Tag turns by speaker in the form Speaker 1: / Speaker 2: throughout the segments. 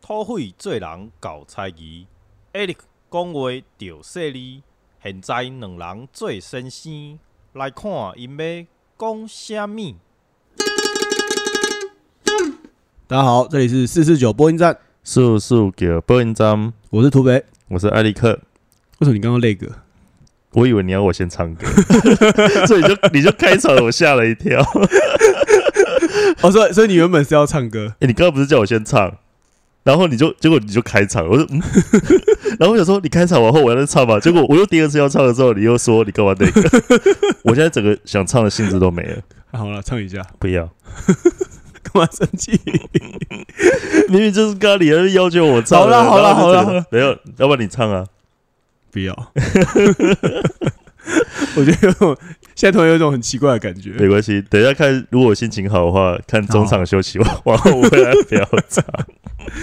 Speaker 1: 土匪做人搞猜疑，Eric 讲话着犀利。现在两人做先生，来看因要讲啥物。
Speaker 2: 大家好，这里是四四九播音站，
Speaker 3: 速速给播音站，
Speaker 2: 我是土匪。
Speaker 3: 我是艾利克。
Speaker 2: 为什么你刚刚那个？
Speaker 3: 我以为你要我先 唱歌， 所以就你就开场了，我吓了一跳。
Speaker 2: 哦，所以所以你原本是要唱歌，
Speaker 3: 欸你刚刚不是叫我先唱，然后你就结果你就开场，我说嗯， 然后我想说你开场完后我要再唱吧，结果我又第二次要唱的时候，你又说你干嘛那个， 我现在整个想唱的兴致都没了，
Speaker 2: 啊 好了，唱一下，
Speaker 3: 不要，
Speaker 2: 干嘛生气？
Speaker 3: 明明就是咖喱，还是要求我唱的，
Speaker 2: 好啦
Speaker 3: 然
Speaker 2: 好
Speaker 3: 后就
Speaker 2: 啦
Speaker 3: 整个
Speaker 2: 好啦，
Speaker 3: 没有，要不然你唱啊，
Speaker 2: 不要， 我觉得有种现在突然有一种很奇怪的感觉。
Speaker 3: 没关系，等一下看，如果我心情好的话，看中
Speaker 2: 哦
Speaker 3: 场休息，往后我回来不要唱。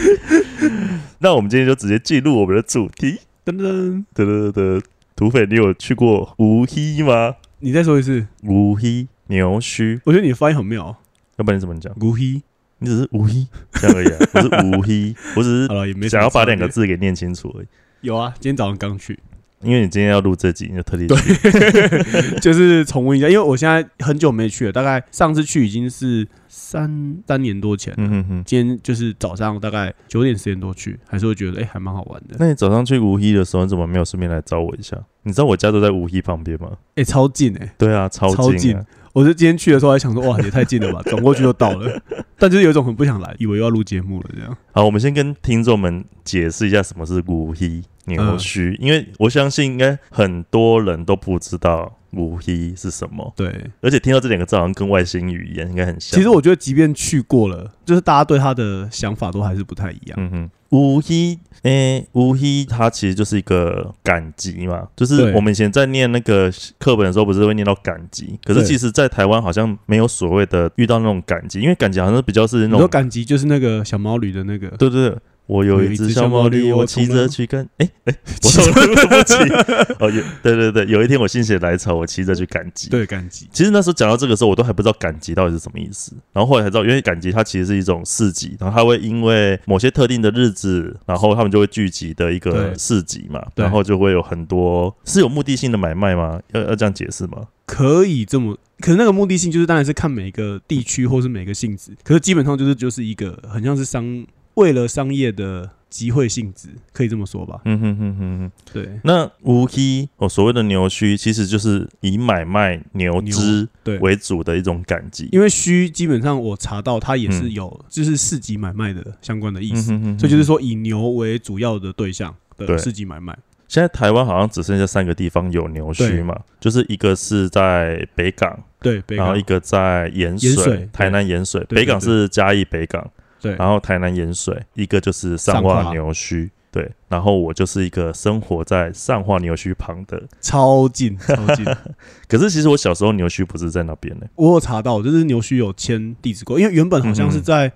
Speaker 3: 那我们今天就直接进入我们的主题，
Speaker 2: 噔噔，
Speaker 3: 得得得，土匪，你有去过无锡吗？
Speaker 2: 你再说一次，
Speaker 3: 无锡牛墟，
Speaker 2: 我觉得你的发音很妙。哦
Speaker 3: 要不然你怎么讲？
Speaker 2: 古希，
Speaker 3: 你只是无锡这样而已、啊，我是无 锡，我只
Speaker 2: 好了，也没
Speaker 3: 是
Speaker 2: 什么
Speaker 3: 想要把
Speaker 2: 差别
Speaker 3: 两个字给念清楚而已。
Speaker 2: 有啊。今天早上刚去，
Speaker 3: 因为你今天要录这集，你就特地去
Speaker 2: 就是重温一下，因为我现在很久没去了，大概上次去已经是三三年多前了。
Speaker 3: 嗯哼哼。
Speaker 2: 今天就是早上大概九点十点多去，还是会觉得哎、还蛮好玩的。
Speaker 3: 那你早上去无锡的时候，你怎么没有顺便来找我一下？你知道我家都在无锡旁边吗？
Speaker 2: 哎、超近哎、
Speaker 3: 对啊，超
Speaker 2: 超
Speaker 3: 近啊、
Speaker 2: 我是今天去的时候还想说，哇，也太近 了吧，转过去就到了。但就是有一种很不想来，以为又要录节目了这样。
Speaker 3: 好，我们先跟听众们解释一下什么是五溪牛墟，因为我相信应该很多人都不知道五溪是什么，
Speaker 2: 对，
Speaker 3: 而且听到这两个字好像跟外星语言应该很像。
Speaker 2: 其实，我觉得即便去过了，就是大家对他的想法都还是不太一样。
Speaker 3: 嗯哼，五溪，诶、五溪它其实就是一个赶集嘛，就是
Speaker 2: 对
Speaker 3: 我们以前在念那个课本的时候，不是会念到赶集，可是
Speaker 2: 对
Speaker 3: 其实在台湾好像没有所谓的遇到那种赶集，因为赶集好像是比较是
Speaker 2: 你
Speaker 3: 那
Speaker 2: 说
Speaker 3: 种，
Speaker 2: 赶集就是那个小毛驴的那个，
Speaker 3: 对对对。我有一只小毛驴，我骑着去赶。诶 我说对不起， 哦，有对对对，有一天我心血来潮，我骑着去赶集。，
Speaker 2: 对赶集，
Speaker 3: 其实那时候讲到这个时候，我都还不知道赶集到底是什么意思，然后后来才知道，因为赶集它其实是一种市集，然后它会因为某些特定的日子，然后他们就会聚集的一个
Speaker 2: 对
Speaker 3: 市集嘛，
Speaker 2: 对
Speaker 3: 然后就会有很多是有目的性的买卖吗？嗯要要这样解释吗？
Speaker 2: 可以这么。可是那个目的性就是，当然是看每个地区或是每个性质。可是基本上就是就是一个很像是商为了商业的集会性质，可以这么说吧？
Speaker 3: 嗯哼哼哼哼。
Speaker 2: 对
Speaker 3: 那无锡哦，所谓的牛墟，其实就是以买卖牛脂
Speaker 2: 对，
Speaker 3: 为主的一种赶集，
Speaker 2: 因为虚基本上我查到它也是
Speaker 3: 嗯
Speaker 2: 有就是市集买卖的相关的意
Speaker 3: 嗯
Speaker 2: 思，
Speaker 3: 哼哼哼
Speaker 2: 所以就是说以牛为主要的对象
Speaker 3: 对
Speaker 2: 的市集买卖，
Speaker 3: 现在台湾好像只剩下三个地方有牛墟嘛，就是一个是在北港，
Speaker 2: 对，北
Speaker 3: 然后
Speaker 2: 港
Speaker 3: 一个在盐水，
Speaker 2: 盐水
Speaker 3: 台南盐水，
Speaker 2: 对对
Speaker 3: 北港是嘉义北港，
Speaker 2: 对
Speaker 3: 然后台南盐水，一个就是上
Speaker 2: 上
Speaker 3: 化
Speaker 2: 化
Speaker 3: 牛墟，对，然后我就是一个生活在上化牛墟旁的，
Speaker 2: 超近超 近。
Speaker 3: 可是其实我小时候牛墟不是在那边呢、
Speaker 2: 我有查到，就是牛墟有迁地址过，因为原本好像
Speaker 3: 嗯
Speaker 2: 是
Speaker 3: 嗯
Speaker 2: 在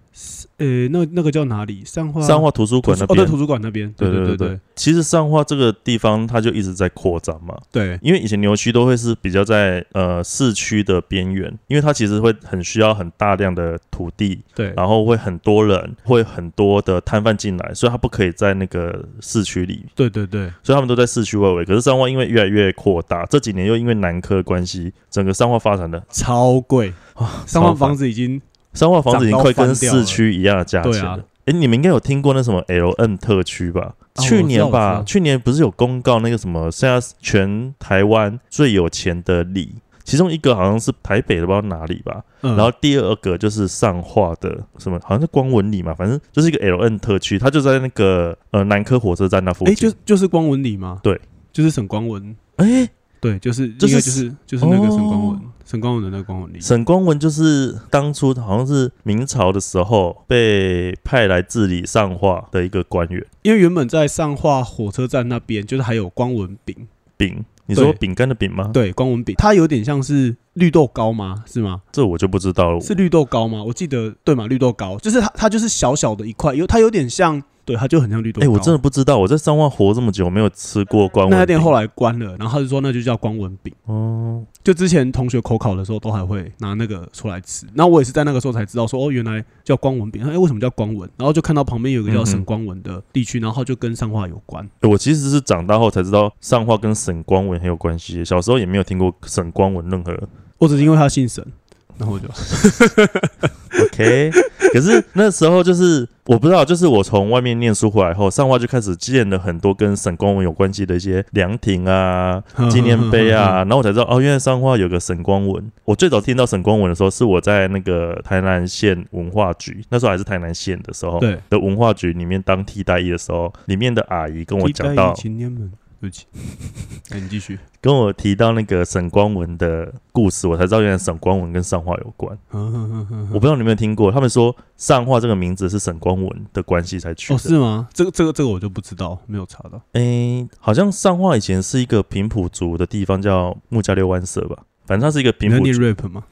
Speaker 2: 呃那那个叫哪里上化
Speaker 3: 上化图书
Speaker 2: 图
Speaker 3: 馆
Speaker 2: 书
Speaker 3: 那
Speaker 2: 哦对
Speaker 3: 边。
Speaker 2: 图书馆那边，
Speaker 3: 对
Speaker 2: 对
Speaker 3: 对对
Speaker 2: 对
Speaker 3: 其实上化这个地方它就一直在扩张嘛，
Speaker 2: 对
Speaker 3: 因为以前牛墟都会是比较在呃市区的边缘，因为它其实会很需要很大量的土地
Speaker 2: 对
Speaker 3: 然后会很多人，会很多的摊贩进来，所以他不可以在那个市区里，
Speaker 2: 对对对
Speaker 3: 所以他们都在市区外围。可是三化因为越来越扩大，这几年又因为南科的关系，整个三化发展的
Speaker 2: 超贵，
Speaker 3: 啊，
Speaker 2: 上化
Speaker 3: 超烦
Speaker 2: 房子已经
Speaker 3: 三化房子已经快跟市区一样的价
Speaker 2: 涨到翻
Speaker 3: 钱
Speaker 2: 掉
Speaker 3: 了
Speaker 2: 了。啊
Speaker 3: 哎、你们应该有听过那什么 L N 特区吧？
Speaker 2: 哦
Speaker 3: 去年
Speaker 2: 我知道我知
Speaker 3: 吧
Speaker 2: 道，
Speaker 3: 去年不是有公告那个什么，现在全台湾最有钱的里，其中一个好像是台北的，不知道哪里吧。
Speaker 2: 嗯
Speaker 3: 然后第二个就是上化的什么，好像是光文里嘛，反正就是一个 L N 特区，它就在那个呃南科火车站那附
Speaker 2: 哎
Speaker 3: 近。
Speaker 2: 就就是光文里吗？
Speaker 3: 对，
Speaker 2: 就是沈光文，
Speaker 3: 哎，
Speaker 2: 对，就是
Speaker 3: 就
Speaker 2: 应
Speaker 3: 是
Speaker 2: 该就是就是那个沈光文
Speaker 3: 哦，
Speaker 2: 沈光文的那个光文里，
Speaker 3: 沈光文就是当初好像是明朝的时候被派来治理上化的一个官员。
Speaker 2: 因为原本在上化火车站那边，就是还有光文饼，
Speaker 3: 饼，你说
Speaker 2: 对
Speaker 3: 饼干的饼吗？，
Speaker 2: 对，光文饼，它有点像是绿豆糕吗？是吗？
Speaker 3: 这我就不知道了。
Speaker 2: 是绿豆糕吗？我记得对嘛，绿豆糕就是它，它就是小小的一块，有它有点像。对，它就很像绿豆
Speaker 3: 哎、
Speaker 2: 糕。
Speaker 3: 我真的不知道，我在三万活这么久，没有吃过关文饼。
Speaker 2: 那家店后来关了，然后他就说那就叫光文饼。
Speaker 3: 哦，
Speaker 2: 就之前同学口考的时候，都还会拿那个出来吃。然后我也是在那个时候才知道说，哦，原来叫光文饼。哎、为什么叫光文？然后就看到旁边有一个
Speaker 3: 嗯
Speaker 2: 叫
Speaker 3: 哼
Speaker 2: 沈光文的地区，然后就跟上化有关。
Speaker 3: 哎我其实是长大后才知道上话跟沈光文很有关系，小时候也没有听过沈光文任何
Speaker 2: 我只是因为他姓沈，然后我就
Speaker 3: OK，可是那时候就是我不知道，就是我从外面念书回来后，上画就开始建了很多跟沈光文有关系的一些凉亭啊、
Speaker 2: 嗯
Speaker 3: 纪念碑啊， 然后我才知道哦，原来上画有个沈光文。我最早听到沈光文的时候，是我在那个台南县文化局，那时候还是台南县的时候，
Speaker 2: 对
Speaker 3: 的文化局里面当替代役的时候，里面的阿姨跟我
Speaker 2: 替
Speaker 3: 讲
Speaker 2: 代
Speaker 3: 到
Speaker 2: 役，青年们，对不起。哎、你继续。
Speaker 3: 跟我提到那个沈光文的故事，我才知道原来沈光文跟上画有
Speaker 2: 嗯
Speaker 3: 关。
Speaker 2: 哦
Speaker 3: 我不知道你有没有听过，他们说上画这个名字是沈光文的关系才取
Speaker 2: 哦，
Speaker 3: 的。
Speaker 2: 是吗？这个这个这个我就不知道，没有查到。
Speaker 3: 诶、好像上画以前是一个平埔族的地方，叫木加六湾社吧，反正它是一个
Speaker 2: 你
Speaker 3: 平
Speaker 2: 在
Speaker 3: 埔
Speaker 2: 念
Speaker 3: 族
Speaker 2: rap 吗？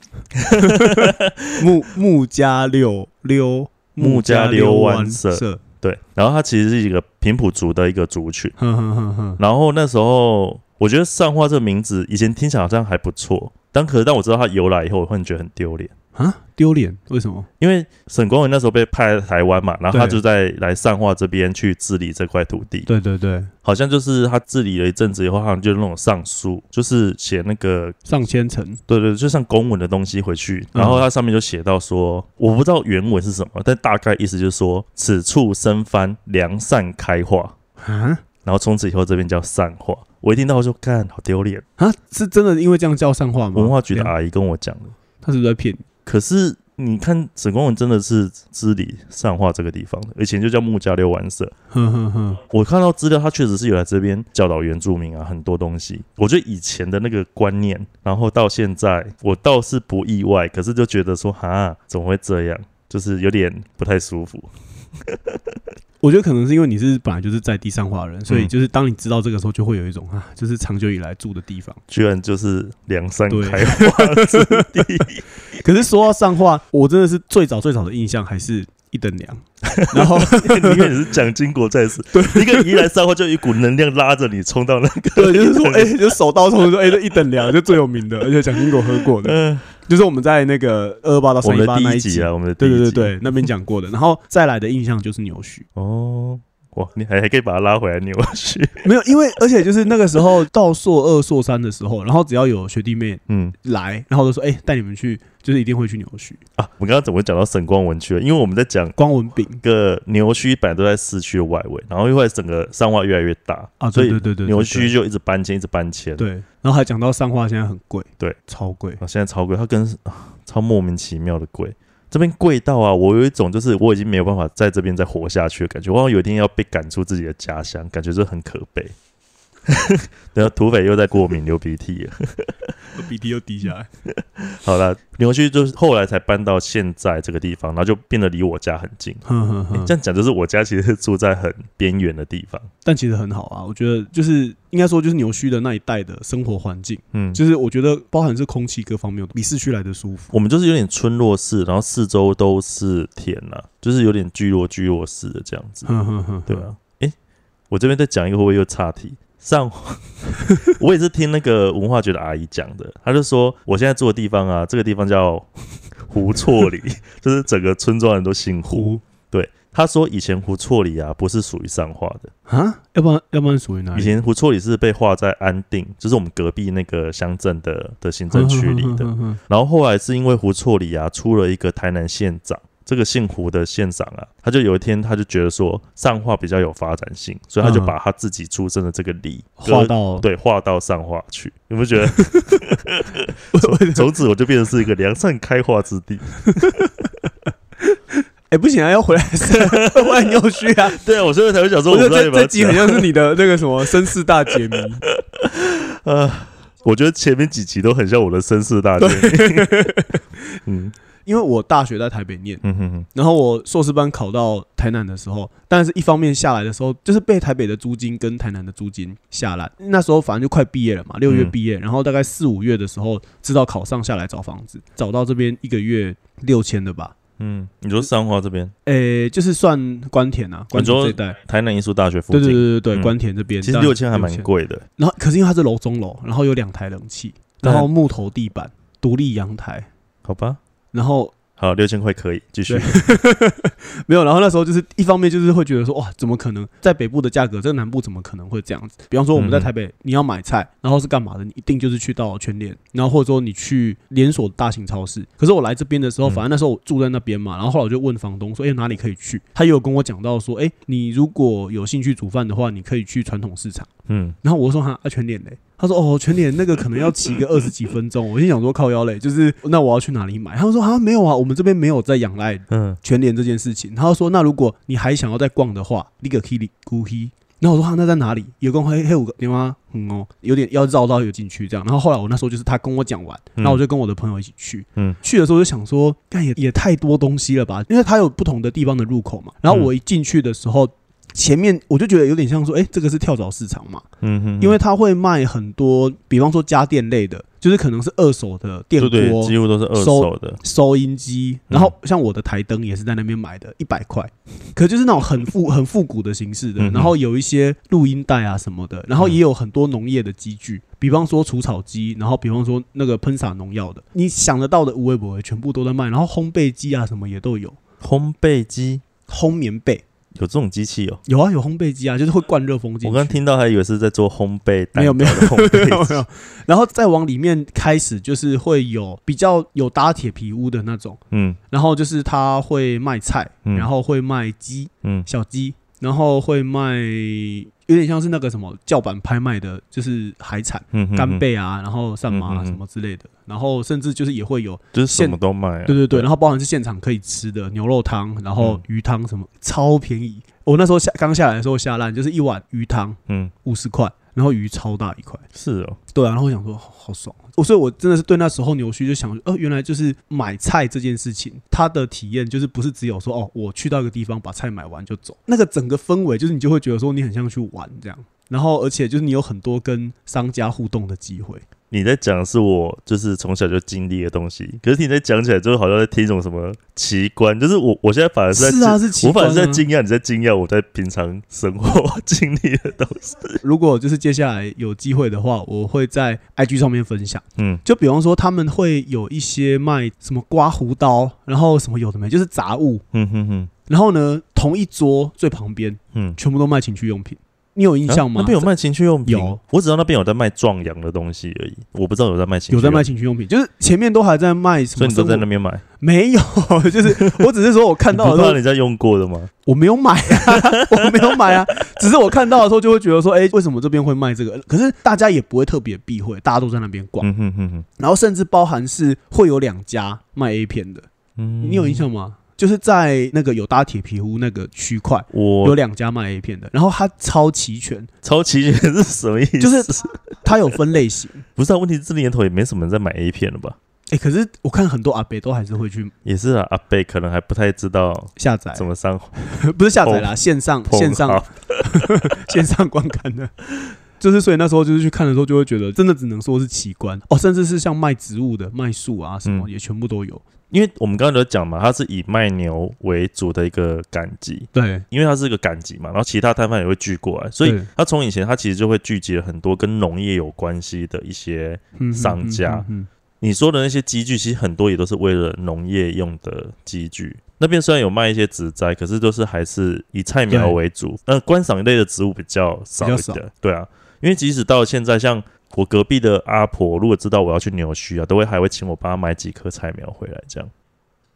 Speaker 2: 木木加六六
Speaker 3: 木加
Speaker 2: 六
Speaker 3: 六
Speaker 2: 湾
Speaker 3: 湾社对，然后它其实是一个平埔族的一个族群。
Speaker 2: 哼哼哼哼，
Speaker 3: 然后那时候我觉得上画这个名字以前听起来好像还不错，但可是当我知道它由来以后，我会觉得很丢脸。
Speaker 2: 啊，丢脸？为什么？
Speaker 3: 因为沈光文那时候被派来台湾嘛，然后他
Speaker 2: 对
Speaker 3: 就在来上化这边去治理这块土地，
Speaker 2: 对对对，
Speaker 3: 好像就是他治理了一阵子以后，好像就那种上书，就是写那个
Speaker 2: 上千层，
Speaker 3: 对对，就像公文的东西回去，
Speaker 2: 嗯
Speaker 3: 然后它上面就写到说，我不知道原文是什么，但大概意思就是说，此处生番，良善开化，
Speaker 2: 啊
Speaker 3: 然后从此以后这边叫善化。我一听到我就干，好丢脸！
Speaker 2: 啊，是真的因为这样叫上话吗？啊
Speaker 3: 文化局的阿姨跟我讲的，
Speaker 2: 他是不是在骗你？
Speaker 3: 可是。你看，沈光文真的是治理上化这个地方的，以前就叫木家六湾社，
Speaker 2: 哼哼哼，
Speaker 3: 我看到资料，他确实是有来这边教导原住民啊，很多东西。我觉得以前的那个观念，然后到现在，我倒是不意外，可是就觉得说，哈，怎么会这样？就是有点不太舒服。
Speaker 2: 我觉得可能是因为你是本来就是在地上化的人，所以
Speaker 3: 嗯
Speaker 2: 就是当你知道这个时候，就会有一种啊，就是长久以来住的地方。
Speaker 3: 居然就是梁山
Speaker 2: 对
Speaker 3: 开花之地，
Speaker 2: 可是说到上话，我真的是最早最早的印象还是一等 粮，然后
Speaker 3: 你看你是蒋经国在世，一个宜兰山花就有一股能量拉着你冲到那个，
Speaker 2: 对，就是说，哎、就手刀冲说，哎、这一等粮就最有名 的，而且蒋经国喝过的，
Speaker 3: 嗯，
Speaker 2: 就是我们在那个二八到
Speaker 3: 我
Speaker 2: 三
Speaker 3: 们的
Speaker 2: 八
Speaker 3: 第
Speaker 2: 那
Speaker 3: 一
Speaker 2: 集嗯
Speaker 3: 集，啊，我们的第
Speaker 2: 对
Speaker 3: 一
Speaker 2: 对
Speaker 3: 集，
Speaker 2: 对，对，那边讲过的。然后再来的印象就是牛墟，
Speaker 3: 哦，哇，你还还可以把它拉回来扭去，
Speaker 2: 没有，因为而且就是那个时候到硕二、硕三的时候，然后只要有学弟妹
Speaker 3: 嗯，
Speaker 2: 来，然后我就说，哎、带你们去，就是一定会去牛墟
Speaker 3: 啊，我们刚刚怎么会讲到沈光文去了？因为我们在讲
Speaker 2: 光文饼
Speaker 3: 整个牛墟本来都在市区的外围，然后因为整个上化越来越大
Speaker 2: 啊，
Speaker 3: 所
Speaker 2: 对
Speaker 3: 以
Speaker 2: 对对对，
Speaker 3: 牛
Speaker 2: 对
Speaker 3: 墟就一直搬迁，一直搬迁。
Speaker 2: 对，然后还讲到上化现在很贵，
Speaker 3: 对，
Speaker 2: 超贵，
Speaker 3: 啊，现在超贵，它跟、啊、超莫名其妙的贵。这边贵到啊，我有一种就是我已经没有办法在这边再活下去的感觉，我好像有一天要被赶出自己的家乡，感觉这很可悲。 然后土匪又在过敏流鼻涕了。
Speaker 2: 鼻涕又滴下来。
Speaker 3: 好了，牛墟就是后来才搬到现在这个地方，然后就变得离我家很近。
Speaker 2: 哼哼
Speaker 3: 诶
Speaker 2: 哼，
Speaker 3: 这样讲就是我家其实是住在很边缘的地方。
Speaker 2: 但其实很好啊，我觉得就是应该说就是牛墟的那一带的生活环境，
Speaker 3: 嗯，
Speaker 2: 就是我觉得包含是空气各方面比市区来的舒服。
Speaker 3: 我们就是有点村落式，然后四周都是田呐、就是有点聚落聚落式的这样 子，
Speaker 2: 哼哼哼，
Speaker 3: 对啊。诶、我这边再讲一个会不会又岔题？上， 我也是听那个文化局的阿姨讲的，她就说我现在住的地方啊，这个地方叫 胡厝里， 就是整个村庄人都姓胡。
Speaker 2: 湖
Speaker 3: 对，她说以前胡厝里啊不是属于上化的，
Speaker 2: 啊，要不然要不然属于哪
Speaker 3: 以
Speaker 2: 里？
Speaker 3: 前胡厝里是被划在安定，就是我们隔壁那个乡镇的的行政区里 的。
Speaker 2: 哼哼哼哼
Speaker 3: 然后后来是因为胡错里啊出了一个台南县长，这个姓胡的县长啊，他就有一天他就觉得说上化比较有发展性，所以他就
Speaker 2: 嗯
Speaker 3: 把他自己出生的这个里
Speaker 2: 划
Speaker 3: 割
Speaker 2: 到
Speaker 3: 对划到上化去，你不觉得？从从此我就变成是一个良善开化之地。
Speaker 2: 哎，不行啊，要回来 是回来牛墟 啊！
Speaker 3: 对啊，我现在才会想说，
Speaker 2: 我
Speaker 3: 我
Speaker 2: 觉
Speaker 3: 不
Speaker 2: 得
Speaker 3: 知道要
Speaker 2: 这
Speaker 3: 不要
Speaker 2: 这集
Speaker 3: 讲
Speaker 2: 很。像是你的那个什么绅士大解谜，
Speaker 3: 呃，我觉得前面几集都很像我的绅士大姐。 嗯
Speaker 2: 因为我大学在台北念，
Speaker 3: 嗯哼哼，
Speaker 2: 然后我硕士班考到台南的时候，但是一方面下来的时候，就是被台北的租金跟台南的租金下来。那时候反正就快毕业了
Speaker 3: 嗯
Speaker 2: 嘛，六月毕业，然后大概四五月的时候，知道考上下来找房子，找到这边一个月六千的吧，
Speaker 1: 嗯，
Speaker 3: 你说三花这边，
Speaker 2: 诶、就是算关田啊，关田
Speaker 3: 说
Speaker 2: 这一带，
Speaker 3: 台南艺术大学附
Speaker 2: 对
Speaker 3: 近，
Speaker 2: 对对对对，
Speaker 3: 嗯
Speaker 2: 关田这边
Speaker 3: 其实
Speaker 2: 但
Speaker 3: 六千还蛮
Speaker 2: 6000
Speaker 3: 贵的。
Speaker 2: 然后可是因为它是楼中楼，然后有两台冷气，
Speaker 3: 但
Speaker 2: 然后木头地板、独立阳台，
Speaker 3: 好吧，
Speaker 2: 然后
Speaker 3: 好，六千块可以继续
Speaker 2: 对。没有，然后那时候就是一方面就是会觉得说，哇，怎么可能在北部的价格，在南部怎么可能会这样子？比方说我们在
Speaker 3: 嗯
Speaker 2: 台北，你要买菜，然后是干嘛的？你一定就是去到全联，然后或者说你去连锁大型超市。可是我来这边的时候，
Speaker 3: 嗯
Speaker 2: 反正那时候我住在那边嘛，然后后来我就问房东说，哎、哪里可以去？他也有跟我讲到说，哎、你如果有兴趣煮饭的话，你可以去传统市场。
Speaker 3: 嗯，
Speaker 2: 然后我说哈，啊全脸嘞，他说哦全脸那个可能要骑个二十几 分钟，我心想说靠腰嘞，就是那我要去哪里买？他说啊没有啊，我们这边没有在养赖
Speaker 3: 嗯，
Speaker 2: 全脸这件事情。他就说那如果你还想要再逛的话，你可以去古希。然后我说哈、啊那在哪里？有跟黑黑五个地方，嗯哦，有点要绕到有进去这样。然后后来我那时候就是他跟我讲完，
Speaker 3: 嗯
Speaker 2: 然后我就跟我的朋友一起去。
Speaker 3: 嗯
Speaker 2: 去的时候就想说，干也也太多东西了吧？因为它有不同的地方的入口嘛。然后我一进去的时候，前面我就觉得有点像说，哎、这个是跳蚤市场嘛。
Speaker 3: 嗯哼，
Speaker 2: 因为它会卖很多，比方说家电类的，就是可能是二手的电
Speaker 3: 对对，
Speaker 2: 锅、
Speaker 3: 几乎都是二
Speaker 2: 收
Speaker 3: 手的。
Speaker 2: 收音机，然后像我的台灯也是在那边买
Speaker 3: 嗯
Speaker 2: 的，一百块，可就是那种很复 很复古的形式的
Speaker 3: 嗯，哼嗯
Speaker 2: 然后有一些录音带啊什么的，然后也有很多农业的机具。比方说除草机，然后比方说那个喷洒农药的，你想得到的无微不微全部都在卖，然后烘焙机啊什么也都有，
Speaker 3: 烘焙机
Speaker 2: 烘棉被
Speaker 3: 有这种机器哦，
Speaker 2: 有啊有烘焙机啊，就是会灌热风进去。
Speaker 3: 我刚听到还以为是在做烘焙蛋
Speaker 2: 没有没有
Speaker 3: 糕的烘
Speaker 2: 没 有没
Speaker 3: 焙
Speaker 2: 有
Speaker 3: 机。，
Speaker 2: 然后再往里面开始就是会有比较有搭铁皮屋的那种，
Speaker 3: 嗯
Speaker 2: 然后就是他会卖菜，
Speaker 3: 嗯
Speaker 2: 然后会卖鸡
Speaker 3: 嗯
Speaker 2: 小鸡，然后会卖有点像是那个什么叫板拍卖的，就是海产。
Speaker 3: 嗯哼，
Speaker 2: 干
Speaker 3: 嗯
Speaker 2: 贝啊，然后扇麻
Speaker 3: 嗯嗯嗯
Speaker 2: 啊什么之类的，然后甚至就是也会有，
Speaker 3: 就是什
Speaker 2: 现
Speaker 3: 么都卖啊。
Speaker 2: 对对对，然后包含是现场可以吃的牛肉汤，然后
Speaker 3: 嗯
Speaker 2: 鱼汤什么，超便宜。我那时候下刚下来的时候下烂，就是一碗鱼汤
Speaker 3: 嗯，
Speaker 2: 五十块，然后鱼超大一块。
Speaker 3: 是哦，
Speaker 2: 对啊，然后我想说好好爽啊，我所以，我真的是对那时候扭曲就想，呃，原来就是买菜这件事情，它的体验就是不是只有说哦，我去到一个地方把菜买完就走，那个整个氛围就是你就会觉得说你很像去玩这样，然后而且就是你有很多跟商家互动的机会，
Speaker 3: 你在讲的是我就是从小就经历的东西，可是你在讲起来就好像在听一种什么奇观，就是我我现在反而是在
Speaker 2: 是啊，是奇
Speaker 3: 我反
Speaker 2: 观、
Speaker 3: 而
Speaker 2: 啊
Speaker 3: 是。在惊讶，你在惊讶我在平常生活 经历的东西。
Speaker 2: 如果就是接下来有机会的话，我会在 IG 上面分享。
Speaker 3: 嗯
Speaker 2: 就比方说他们会有一些卖什么刮胡刀，然后什么有的没，就是杂物。
Speaker 3: 嗯哼哼
Speaker 2: 然后呢，同一桌最旁边
Speaker 3: 嗯，
Speaker 2: 全部都卖情趣用品。你有印
Speaker 3: 啊
Speaker 2: 象吗？
Speaker 3: 那边有卖情趣用品，
Speaker 2: 有，
Speaker 3: 我只知道那边有在卖壮阳的东西而已，我不知道有在卖情趣，
Speaker 2: 有在卖，情趣用品，就是前面都还在卖什么
Speaker 3: 所以你都
Speaker 2: 生活？
Speaker 3: 在那边买。
Speaker 2: 没有，啊 就是我只是说我看
Speaker 3: 你
Speaker 2: 到
Speaker 3: 不
Speaker 2: 的
Speaker 3: 怕
Speaker 2: 时候
Speaker 3: 人家用过的吗？
Speaker 2: 我没有买啊， 我没有买啊，只是我看到的时候就会觉得说，哎、为什么这边会卖这个？可是大家也不会特别避讳，大家都在那边逛，
Speaker 3: 嗯哼哼哼，
Speaker 2: 然后甚至包含是会有两家卖 A 片的，
Speaker 3: 嗯
Speaker 2: 你有印？象吗？就是在那个有搭铁皮屋那个区块。有
Speaker 3: 我
Speaker 2: 两家卖 A 片的，然后它超齐全，
Speaker 3: 超奇人是什么意思？
Speaker 2: 就是它有分类型。
Speaker 3: 不是啊？问题是这年头也没什么人在买 A 片了吧？
Speaker 2: 哎、可是我看很多阿伯都还是会去
Speaker 3: 也是啊，阿贝可能还不太知道
Speaker 2: 下载，
Speaker 3: 怎么上
Speaker 2: 不是下载啦，线上线上 线上观看的， 就是所以那时候就是去看的时候，就会觉得真的只能说是奇观哦，甚至是像卖植物的、卖树啊什么，
Speaker 3: 嗯
Speaker 2: 也全部都有。
Speaker 3: 因为我们刚刚有讲嘛，它是以卖牛为主的一个赶集，
Speaker 2: 对，
Speaker 3: 因为它是一个赶集嘛，然后其他摊贩也会聚过来，所以
Speaker 2: 对
Speaker 3: 它从以前它其实就会聚集了很多跟农业有关系的一些，
Speaker 2: 嗯
Speaker 3: 商家
Speaker 2: 嗯嗯嗯
Speaker 3: 你说的那些机具，其实很多也都是为了农业用的机具。那边虽然有卖一些植栽，可是都是还是以菜苗
Speaker 2: 对
Speaker 3: 为主，呃，观赏类的植物比较少
Speaker 2: 比较
Speaker 3: 一
Speaker 2: 少
Speaker 3: 点，对啊，因为即使到现在，像我隔壁的阿婆，如果知道我要去纽区啊，都会还会请我帮她买几棵菜苗回来。这样，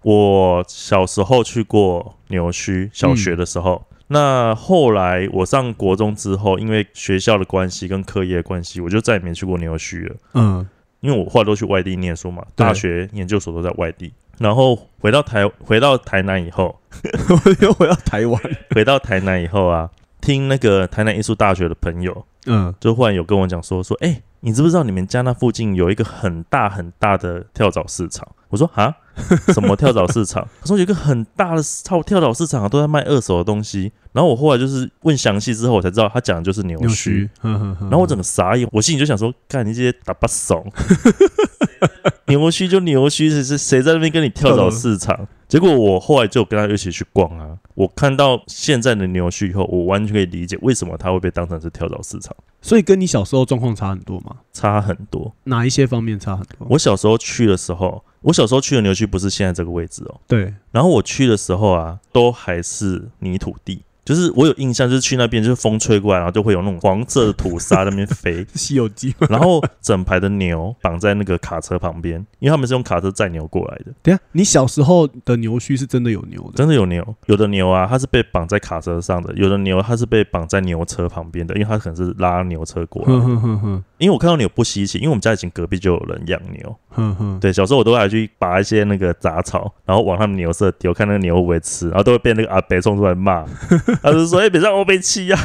Speaker 3: 我小时候去过纽区，小
Speaker 2: 嗯
Speaker 3: 学的时候。那后来我上国中之后，因为学校的关系跟课业的关系，我就再也没去过纽区了。
Speaker 2: 嗯，
Speaker 3: 因为我后来都去外地念书嘛，
Speaker 2: 对
Speaker 3: 大学、研究所都在外地。然后回到台回到台南以后，
Speaker 2: 我嗯 又回到台湾，
Speaker 3: 回到台南以后啊，听那个台南艺术大学的朋友，
Speaker 2: 嗯，
Speaker 3: 就忽然有跟我讲说说，哎、你知不知道你们家那附近有一个很大很大的跳蚤市场？我说啊，什么跳蚤市场，他说有一个很大的跳跳蚤市场、啊、都在卖二手的东西。然后我后来就是问详细之后，我才知道他讲的就是扭
Speaker 2: 扭
Speaker 3: 曲。
Speaker 2: 曲，呵呵呵
Speaker 3: 然后我整个傻眼，我心里就想说：“干你这些打把怂， 扭曲就扭曲，谁谁谁在那边跟你跳蚤市场？”结果我后来就跟他一起去逛啊，我看到现在的扭曲以后，我完全可以理解为什么他会被当成是跳蚤市场，
Speaker 2: 所以跟你小时候状况差很多嘛？
Speaker 3: 差很多。
Speaker 2: 哪一些方面差很多？
Speaker 3: 我小时候去的时候，我小时候去的牛区不是现在这个位置哦。
Speaker 2: 对，，
Speaker 3: 然后我去的时候啊，都还是泥土地，就是我有印象，就是去那边就是风吹过来，然后就会有那种黄色的土沙在那边飞
Speaker 2: 是《西游记》吗？
Speaker 3: 然后整排的牛绑在那个卡车旁边，因为他们是用卡车载牛过来的，
Speaker 2: 等一下，你小时候的牛须是真的有牛的，
Speaker 3: 真的有牛，有的牛啊，它是被绑在卡车上的，有的牛啊它是被绑在牛车旁边的，因为它可能是拉牛车过来。
Speaker 2: 哼哼哼哼
Speaker 3: 因为我看到牛不稀奇，因为我们家以前隔壁就有人养牛，
Speaker 2: 哼哼，
Speaker 3: 对，小时候我都还去拔一些那个杂草，然后往他们牛舍丢，看那个牛会不会吃，然后都会被那个阿伯冲出来骂，他就说：“哎、别让我被气呀、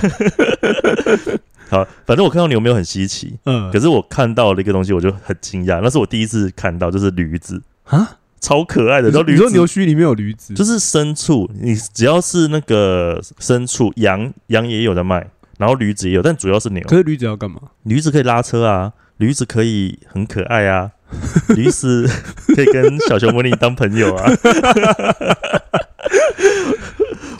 Speaker 3: 好，反正我看到牛没有很稀奇，
Speaker 2: 嗯，
Speaker 3: 可是我看到了一个东西，我就很惊讶，那是我第一次看到，就是驴子，
Speaker 2: 啊，
Speaker 3: 超可爱的。
Speaker 2: 你
Speaker 3: 然
Speaker 2: 说
Speaker 3: 后驴
Speaker 2: 你
Speaker 3: 子
Speaker 2: 说牛须里面有驴子，
Speaker 3: 就是牲畜，你只要是那个牲畜，羊羊也有在卖，然后驴子也有，但主要是牛。
Speaker 2: 可是驴子要干嘛？
Speaker 3: 驴子可以拉车啊，驴子可以很可爱啊，驴子可以跟小熊维尼当朋友 啊。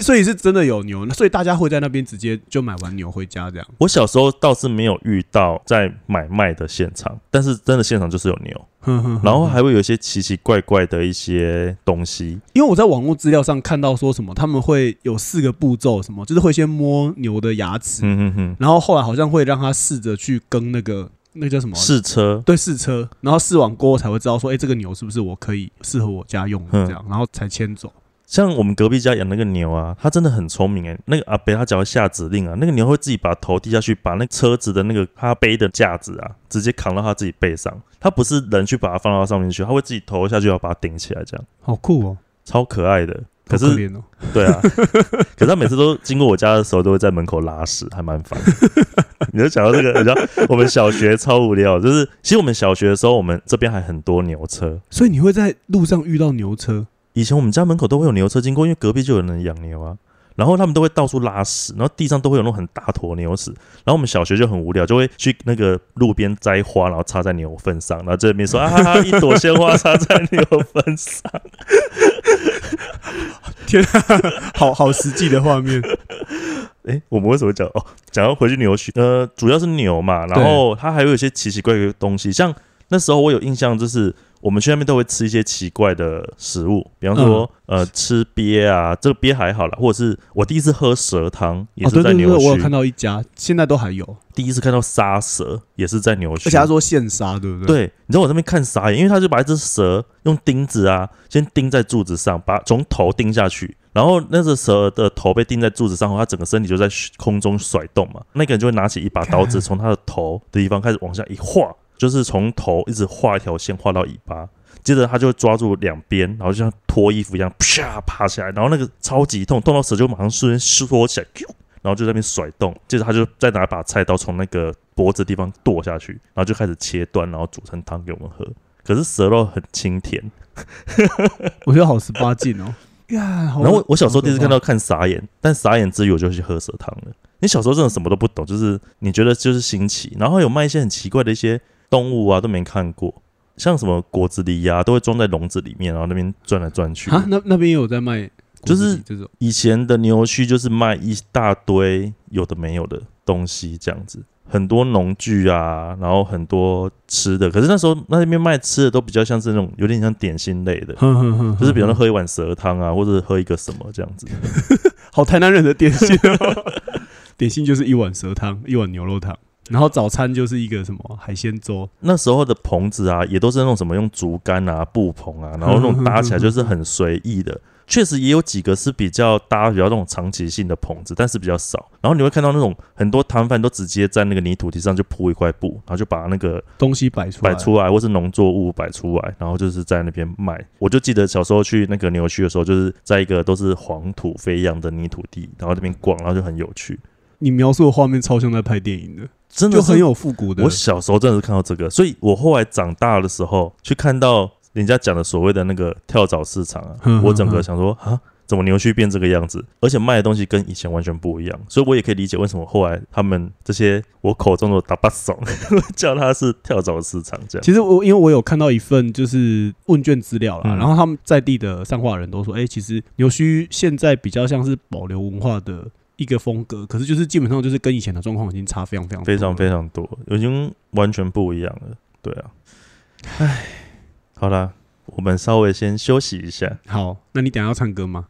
Speaker 2: 所以是真的有牛，所以大家会在那边直接就买完牛回家这样。
Speaker 3: 我小时候倒是没有遇到在买卖的现场，但是真的现场就是有牛，
Speaker 2: 哼嗯哼哼
Speaker 3: 然后还会有一些奇奇怪怪的一些东西。
Speaker 2: 因为我在网络资料上看到说什么，他们会有四个步骤，什么就是会先摸牛的牙齿，
Speaker 3: 嗯哼哼，
Speaker 2: 然后后来好像会让他试着去跟那个那个叫什么
Speaker 3: 试车。
Speaker 2: 对试车，然后试完过后才会知道说，哎、这个牛是不是我可以适合我家用的
Speaker 3: 嗯
Speaker 2: 这样，然后才牵走。
Speaker 3: 像我们隔壁家养那个牛啊，它真的很聪明诶、那个阿伯他只要下指令啊，那个牛会自己把头低下去，把那车子的那个他背的架子啊，直接扛到他自己背上。他不是人去把它放到上面去，他会自己头下去，要把它顶起来，这样
Speaker 2: 好酷哦！
Speaker 3: 超可爱的。可
Speaker 2: 好
Speaker 3: 是
Speaker 2: 怜哦，
Speaker 3: 对啊，可是他每次都经过我家的时候，都会在门口拉屎，还蛮烦。你就讲到这个，你知道我们小学超无聊，就是其实我们小学的时候，我们这边还很多牛车。
Speaker 2: 所以你会在路上遇到牛车，
Speaker 3: 以前我们家门口都会有牛车经过，因为隔壁就有人养牛啊。然后他们都会到处拉屎，然后地上都会有那种很大坨牛屎。然后我们小学就很无聊，就会去那个路边摘花，然后插在牛粪上。然后这边说啊哈哈，一朵鲜花插在牛粪上。
Speaker 2: 好好实际的画 面。
Speaker 3: 哎、我们为什么讲哦？讲要回去牛墟，呃，主要是牛嘛，然后它还有一些奇奇怪怪的东西，像那时候我有印象，就是我们去那边都会吃一些奇怪的食物，比方说、
Speaker 2: 嗯
Speaker 3: 呃吃鳖啊，这个鳖还好啦，或者是我第一次喝蛇汤也
Speaker 2: 哦，
Speaker 3: 是
Speaker 2: 对
Speaker 3: 在
Speaker 2: 对对，
Speaker 3: 牛
Speaker 2: 我有
Speaker 3: 墟，
Speaker 2: 看到一家，现在都还有，
Speaker 3: 第一次看到杀蛇也是在牛墟，
Speaker 2: 而且他说现杀，对不对？
Speaker 3: 对，你知道我在那边看傻眼，因为他就把一只蛇用钉子啊，先钉在柱子上，把从头钉下去，然后那只蛇的头被钉在柱子上后，它整个身体就在空中甩动嘛。那个人就会拿起一把刀子，从他的头的地方开始往下一划，就是从头一直画一条线画到尾巴。接着他就抓住两边，然后就像脱衣服一样，啪爬下来，然后那个超级痛，痛到蛇就马上瞬间缩起来，啾然后就在那边甩动，接着他就再拿一把菜刀从那个脖子的地方剁下去，然后就开始切断，然后煮成汤给我们喝。可是蛇肉很清甜，
Speaker 2: 我觉得好十八禁哦。呀，然
Speaker 3: 然后我我小时候第一次看到看傻眼，但傻眼之余我就去喝蛇汤了。你小时候真的什么都不懂，就是你觉得就是新奇，然后有卖一些很奇怪的一些动物啊，都没看过，像什么果子狸呀、都会装在笼子里面，然后那边转来转去。
Speaker 2: 啊，那那边也有在卖果
Speaker 3: 就
Speaker 2: 子
Speaker 3: 是
Speaker 2: 狸这 种，
Speaker 3: 以前的牛墟就是卖一大堆有的没有的东西，这样子，很多农具啊，然后很多吃的。可是那时候那边卖吃的都比较像是那种有点像点心类的，
Speaker 2: 哼哼哼，
Speaker 3: 就是比如说
Speaker 2: 嗯哼
Speaker 3: 喝一碗蛇汤啊，或者喝一个什么这样子。
Speaker 2: 好台南人的点心 哦，点心就是一碗蛇汤，一碗牛肉汤，然后早餐就是一个什么海鲜粥，
Speaker 3: 那时候的棚子啊，也都是那种什么用竹竿啊、布棚啊，然后那种搭起来就是很随意
Speaker 2: 嗯
Speaker 3: 的。确实也有几个是比较搭比较那种长期性的棚子，但是比较少。然后你会看到那种很多摊贩都直接在那个泥土地上就铺一块布，然后就把那个
Speaker 2: 东西摆出来
Speaker 3: 摆出来，或是农作物摆出来，然后就是在那边卖。我就记得小时候去那个牛墟的时候，就是在一个都是黄土飞扬的泥土地，然后那边逛，然后就很有趣，
Speaker 2: 你描述的画面超像在拍电影的，
Speaker 3: 真的
Speaker 2: 就是很有复古的
Speaker 3: 我。小时候真的是看到这个，所以我后来长大的时候去看到人家讲的所谓的那个跳蚤市场啊，
Speaker 2: 哼哼
Speaker 3: 我整个想说啊，怎么牛区变这个样子？而且卖的东西跟以前完全不一样，所以我也可以理解为什么后来他们这些我口中的打巴怂 叫它是跳蚤市场这样。
Speaker 2: 其实我因为我有看到一份就是问卷资料啦，
Speaker 3: 嗯
Speaker 2: 然后他们在地的上化人都说，哎、其实牛墟现在比较像是保留文化的一个风格，可是就是基本上就是跟以前的状况已经差非常非常多
Speaker 3: 非常
Speaker 2: 了
Speaker 3: 非常多，已经完全不一样了。对啊，唉，好啦，我们稍微先休息一下，
Speaker 2: 好。那你等一下要唱歌吗？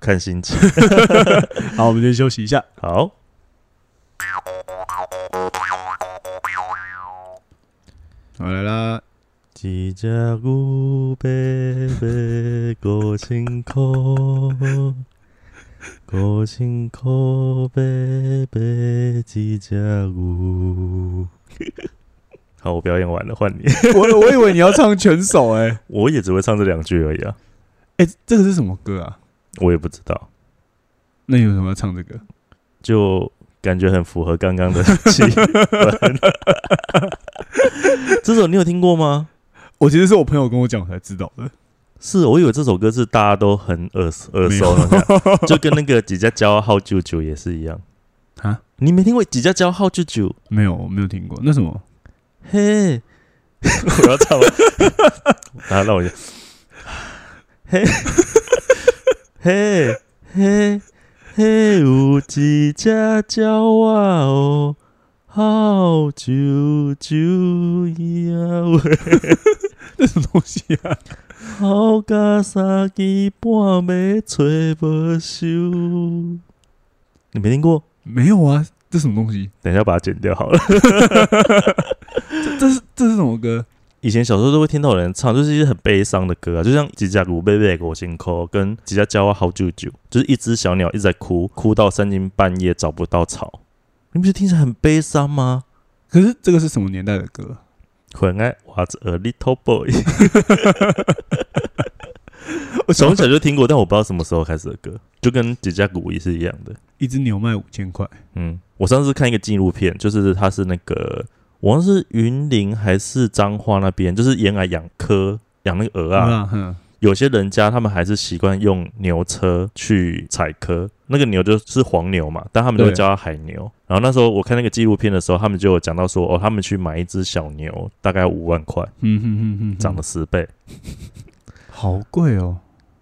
Speaker 3: 看心情。
Speaker 2: 好，我们先休息一下。
Speaker 3: 好，
Speaker 2: 好来啦，
Speaker 3: 一只牛白白五千箍，五千箍白白一只牛。 好，我表演完了，换你。
Speaker 2: 我我以为你要唱全首哎、
Speaker 3: 我也只会唱这两句而已啊，
Speaker 2: 哎、这个是什么歌啊？
Speaker 3: 我也不知道，
Speaker 2: 那你为什么要唱这 个？
Speaker 3: 就感觉很符合 刚刚的气氛。这首你有听过吗？
Speaker 2: 我其实是我朋友跟我讲我才知道的。
Speaker 3: 是我以为这首歌是大家都很耳熟耳
Speaker 2: 没
Speaker 3: 熟
Speaker 2: 有
Speaker 3: 那种感觉，就跟那个《几家骄好舅舅》也是一样
Speaker 2: 啊。
Speaker 3: 你没听过《几家骄好舅舅》？
Speaker 2: 没有，我没有听过。那什么？
Speaker 3: 嘿， 我要唱了， 来让我一下。嘿，嘿，嘿，嘿，有一只鸟啊哦，好啾啾呀，
Speaker 2: 那什么东西啊？
Speaker 3: 好甲三更半暝吹无休。你没听过？
Speaker 2: 没有啊，这什么东西？
Speaker 3: 等一下把它剪掉好了。
Speaker 2: 这这是这是什么歌？
Speaker 3: 以前小时候都会听到有人唱，就是一些很悲伤的歌啊，就像《几只古贝贝我心口》跟《几只叫我好舅舅》，就是一只小鸟一直在哭，哭到三更半夜找不到草。你不觉得听起来很悲伤吗？
Speaker 2: 可是这个是什么年代的歌？
Speaker 3: 很爱 was a little boy，我从小就听过，但我不知道什么时候开始的歌，就跟《几只古也是一样的。
Speaker 2: 一只牛卖五千块，
Speaker 3: 嗯，我上次看一个纪录片，就是它是那个，我好像是云林还是彰化那边，就是沿海养科养那个鹅啊，
Speaker 2: 啊，哼，
Speaker 3: 有些人家他们还是习惯用牛车去采科，那个牛就是黄牛嘛，但他们就会
Speaker 2: 对
Speaker 3: 叫它海牛。然后那时候我看那个纪录片的时候，他们就有讲到说，哦，他们去买一只小牛，大概五万块，
Speaker 2: 嗯哼哼哼，
Speaker 3: 涨了十倍。
Speaker 2: 好贵哦。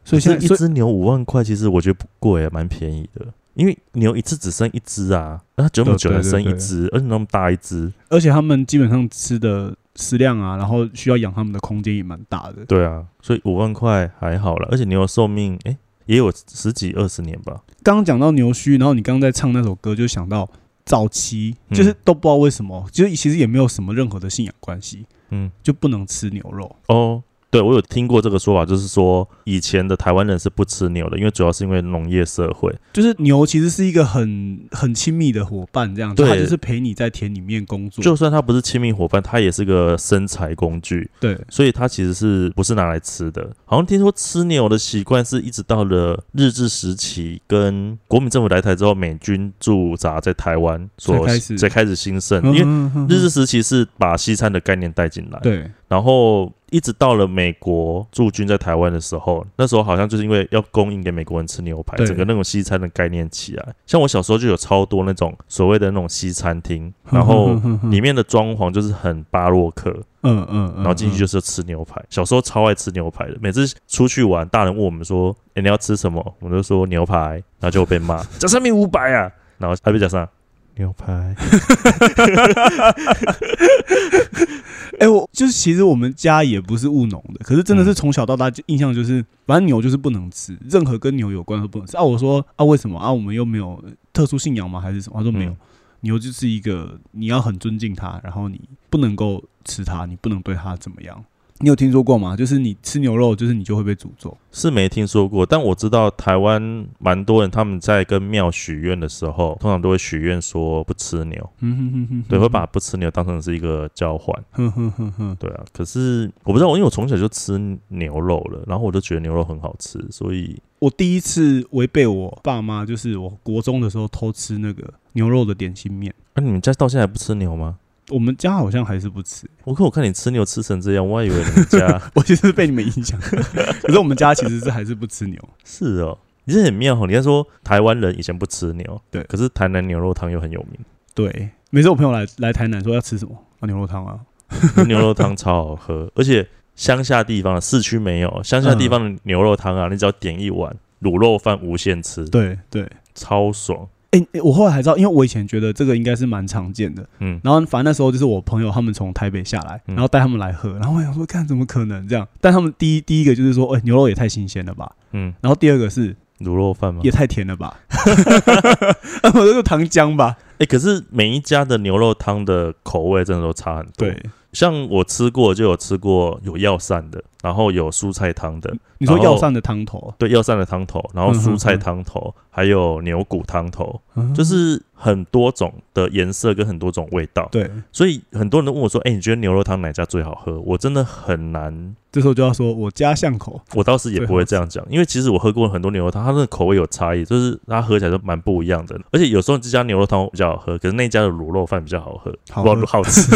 Speaker 2: 所以
Speaker 3: 其
Speaker 2: 现
Speaker 3: 实
Speaker 2: 在
Speaker 3: 一
Speaker 2: 所以
Speaker 3: 只牛五万块，其实我觉得不贵，蛮便宜的。因为牛一次只生一只啊，那它久么久
Speaker 2: 对
Speaker 3: 才
Speaker 2: 对
Speaker 3: 生一
Speaker 2: 对
Speaker 3: 只，而且那么大一只，
Speaker 2: 而且他们基本上吃的食量啊，然后需要养他们的空间也蛮大的。
Speaker 3: 对啊，所以五万块还好了。而且牛的寿命，诶、也有十几二十年吧。
Speaker 2: 刚刚讲到牛墟，然后你刚刚在唱那首歌，就想到早期
Speaker 3: 嗯
Speaker 2: 就是都不知道为什么，就是其实也没有什么任何的信仰关系，
Speaker 3: 嗯，
Speaker 2: 就不能吃牛肉。
Speaker 3: 哦，对，我有听过这个说法，就是说以前的台湾人是不吃牛的，因为主要是因为农业社会。
Speaker 2: 就是牛其实是一个很很亲密的伙伴，这样子，
Speaker 3: 对
Speaker 2: 它就是陪你在田里面工作。
Speaker 3: 就算它不是亲密伙伴，它也是个生财工具，
Speaker 2: 对，
Speaker 3: 所以它其实是不是拿来吃的？好像听说吃牛的习惯是一直到了日治时期，跟国民政府来台之后，美军驻扎在台湾所
Speaker 2: 才开始嗯
Speaker 3: 才开始兴盛，因为。
Speaker 2: 为
Speaker 3: 日治时期是把西餐的概念带进来，
Speaker 2: 对
Speaker 3: 然后一直到了美国驻军在台湾的时候，那时候好像就是因为要供应给美国人吃牛排，
Speaker 2: 对
Speaker 3: 整个那种西餐的概念起来。像我小时候就有超多那种所谓的那种西餐厅，然 后里面的装潢就是很巴洛克，
Speaker 2: 嗯嗯，
Speaker 3: 然后进去就是是吃牛排。小时候超爱吃牛排的，每次出去玩，大人问我们说：“诶你要吃什么？”我们就说牛排，然后就被 骂：“加上面五百啊！”然后还被加上牛排。
Speaker 2: 哎，我就是其实我们家也不是务农的，可是真的是从小到大就印象就是，反正牛就是不能吃，任何跟牛有关都不能吃。啊，我说啊，为什么啊？我们又没有特殊信仰吗？还是什么？他说没有
Speaker 3: 嗯，
Speaker 2: 牛就是一个你要很尊敬它，然后你不能够吃它，你不能对它怎么样。你有听说过吗？就是你吃牛肉，就是你就会被诅咒。
Speaker 3: 是没听说过，但我知道台湾蛮多人他们在跟庙许愿的时候，通常都会许愿说不吃牛，
Speaker 2: 嗯哼哼哼，
Speaker 3: 对，会把不吃牛当成是一个交换，
Speaker 2: 哼哼哼哼，
Speaker 3: 对啊。可是我不知道，因为我从小就吃牛肉了，然后我就觉得牛肉很好吃，所以
Speaker 2: 我第一次违背我爸妈，就是我国中的时候偷吃那个牛肉的点心面。
Speaker 3: 啊那、你们家到现在还不吃牛吗？
Speaker 2: 我们家好像还是不吃，
Speaker 3: 我看我看你吃牛吃成这样，我还以为你们 家
Speaker 2: 我其实是被你们影 响的，可是我们家其实是还是不吃牛。
Speaker 3: 是哦。你这很妙哦！你看说台湾人以前不吃牛，
Speaker 2: 对
Speaker 3: 可是台南牛肉汤又很有名，
Speaker 2: 对，每次我朋友来来台南说要吃什么，啊牛肉汤啊，
Speaker 3: 牛肉汤超好喝，而且乡下地方的市区没有，乡下地方的牛肉汤啊，你只要点一碗卤肉饭无限吃，
Speaker 2: 对对。
Speaker 3: 超爽。
Speaker 2: 哎、欸我后来才知道，因为我以前觉得这个应该是蛮常见的。
Speaker 3: 嗯，
Speaker 2: 然后反正那时候就是我朋友他们从台北下来，
Speaker 3: 嗯
Speaker 2: 然后带他们来喝，然后我想说，看怎么可能这样？但他们第一第一个就是说，哎、牛肉也太新鲜了吧。
Speaker 3: 嗯，
Speaker 2: 然后第二个是
Speaker 3: 卤肉饭吗？
Speaker 2: 也太甜了吧， 我说就糖浆吧。
Speaker 3: 哎、可是每一家的牛肉汤的口味真的都差很多。，
Speaker 2: 对，
Speaker 3: 像我吃过就有吃过有药膳的，然后有蔬菜汤的，
Speaker 2: 你说
Speaker 3: 然后
Speaker 2: 药膳的汤头，
Speaker 3: 对，药膳的汤头，然后
Speaker 2: 嗯
Speaker 3: 蔬菜
Speaker 2: 嗯嗯
Speaker 3: 汤头，还有牛骨汤头，
Speaker 2: 嗯
Speaker 3: 就是很多种的颜色跟很多种味道。
Speaker 2: 对，
Speaker 3: 所以很多人都问我说：“哎、你觉得牛肉汤哪家最好喝？”我真的很难，
Speaker 2: 这时候就要说我家巷口，
Speaker 3: 我倒是也不会这样讲，因为其实我喝过很多牛肉汤，它的口味有差异，就是它喝起来都蛮不一样
Speaker 2: 嗯
Speaker 3: 的。而且有时候这家牛肉汤比较好喝，可是那家的卤肉饭比较好喝，
Speaker 2: 好
Speaker 3: 不
Speaker 2: 喝
Speaker 3: 好吃，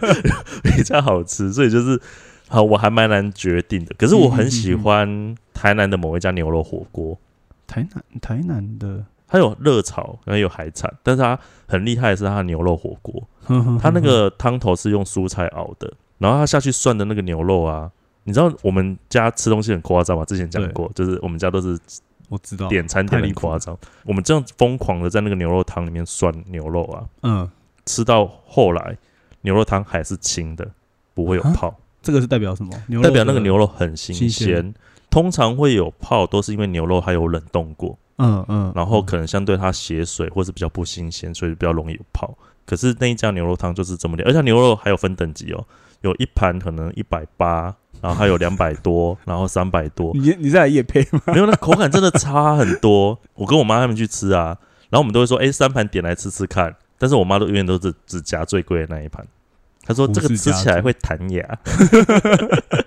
Speaker 3: 比较好吃，所以就是好，我还蛮难决定的。可是我很喜欢台南的某一家牛肉火锅，
Speaker 2: 台南台南的，
Speaker 3: 它有热炒，然后有海产，但是它很厉害的是它的牛肉火锅，它
Speaker 2: 他
Speaker 3: 那个汤头是用蔬菜熬的，然后它下去涮的那个牛肉啊，你知道我们家吃东西很夸张吗？之前讲
Speaker 2: 对
Speaker 3: 过，就是我们家都是
Speaker 2: 我知道，
Speaker 3: 点餐点
Speaker 2: 太
Speaker 3: 的
Speaker 2: 离
Speaker 3: 很
Speaker 2: 谱了
Speaker 3: 夸张，我们这样疯狂的在那个牛肉汤里面涮牛肉啊，
Speaker 2: 嗯，
Speaker 3: 吃到后来牛肉汤还是清的，不会有
Speaker 2: 啊
Speaker 3: 泡，
Speaker 2: 这个是代表什么？牛肉
Speaker 3: 代表那个
Speaker 2: 的
Speaker 3: 牛，肉很新
Speaker 2: 新鲜
Speaker 3: 鲜。通常会有泡，都是因为牛肉它有冷冻过，
Speaker 2: 嗯嗯，
Speaker 3: 然后可能相对它血水或是比较不新鲜，所以比较容易有泡。可是那一家牛肉汤就是这么点，而且它牛肉还有分等级哦，有一盘可能一百八，然后还有两百多， 然后三百 多，
Speaker 2: 你你在来夜配 吗？
Speaker 3: 没有那口感真的差很多。我跟我妈他们去吃啊，然后我们都会说，哎，三盘点来吃吃看，但是我妈都永远都是只夹最贵的那一盘，她说
Speaker 2: 不
Speaker 3: 这个
Speaker 2: 是
Speaker 3: 吃
Speaker 2: 夹
Speaker 3: 起来
Speaker 2: 最
Speaker 3: 会弹牙。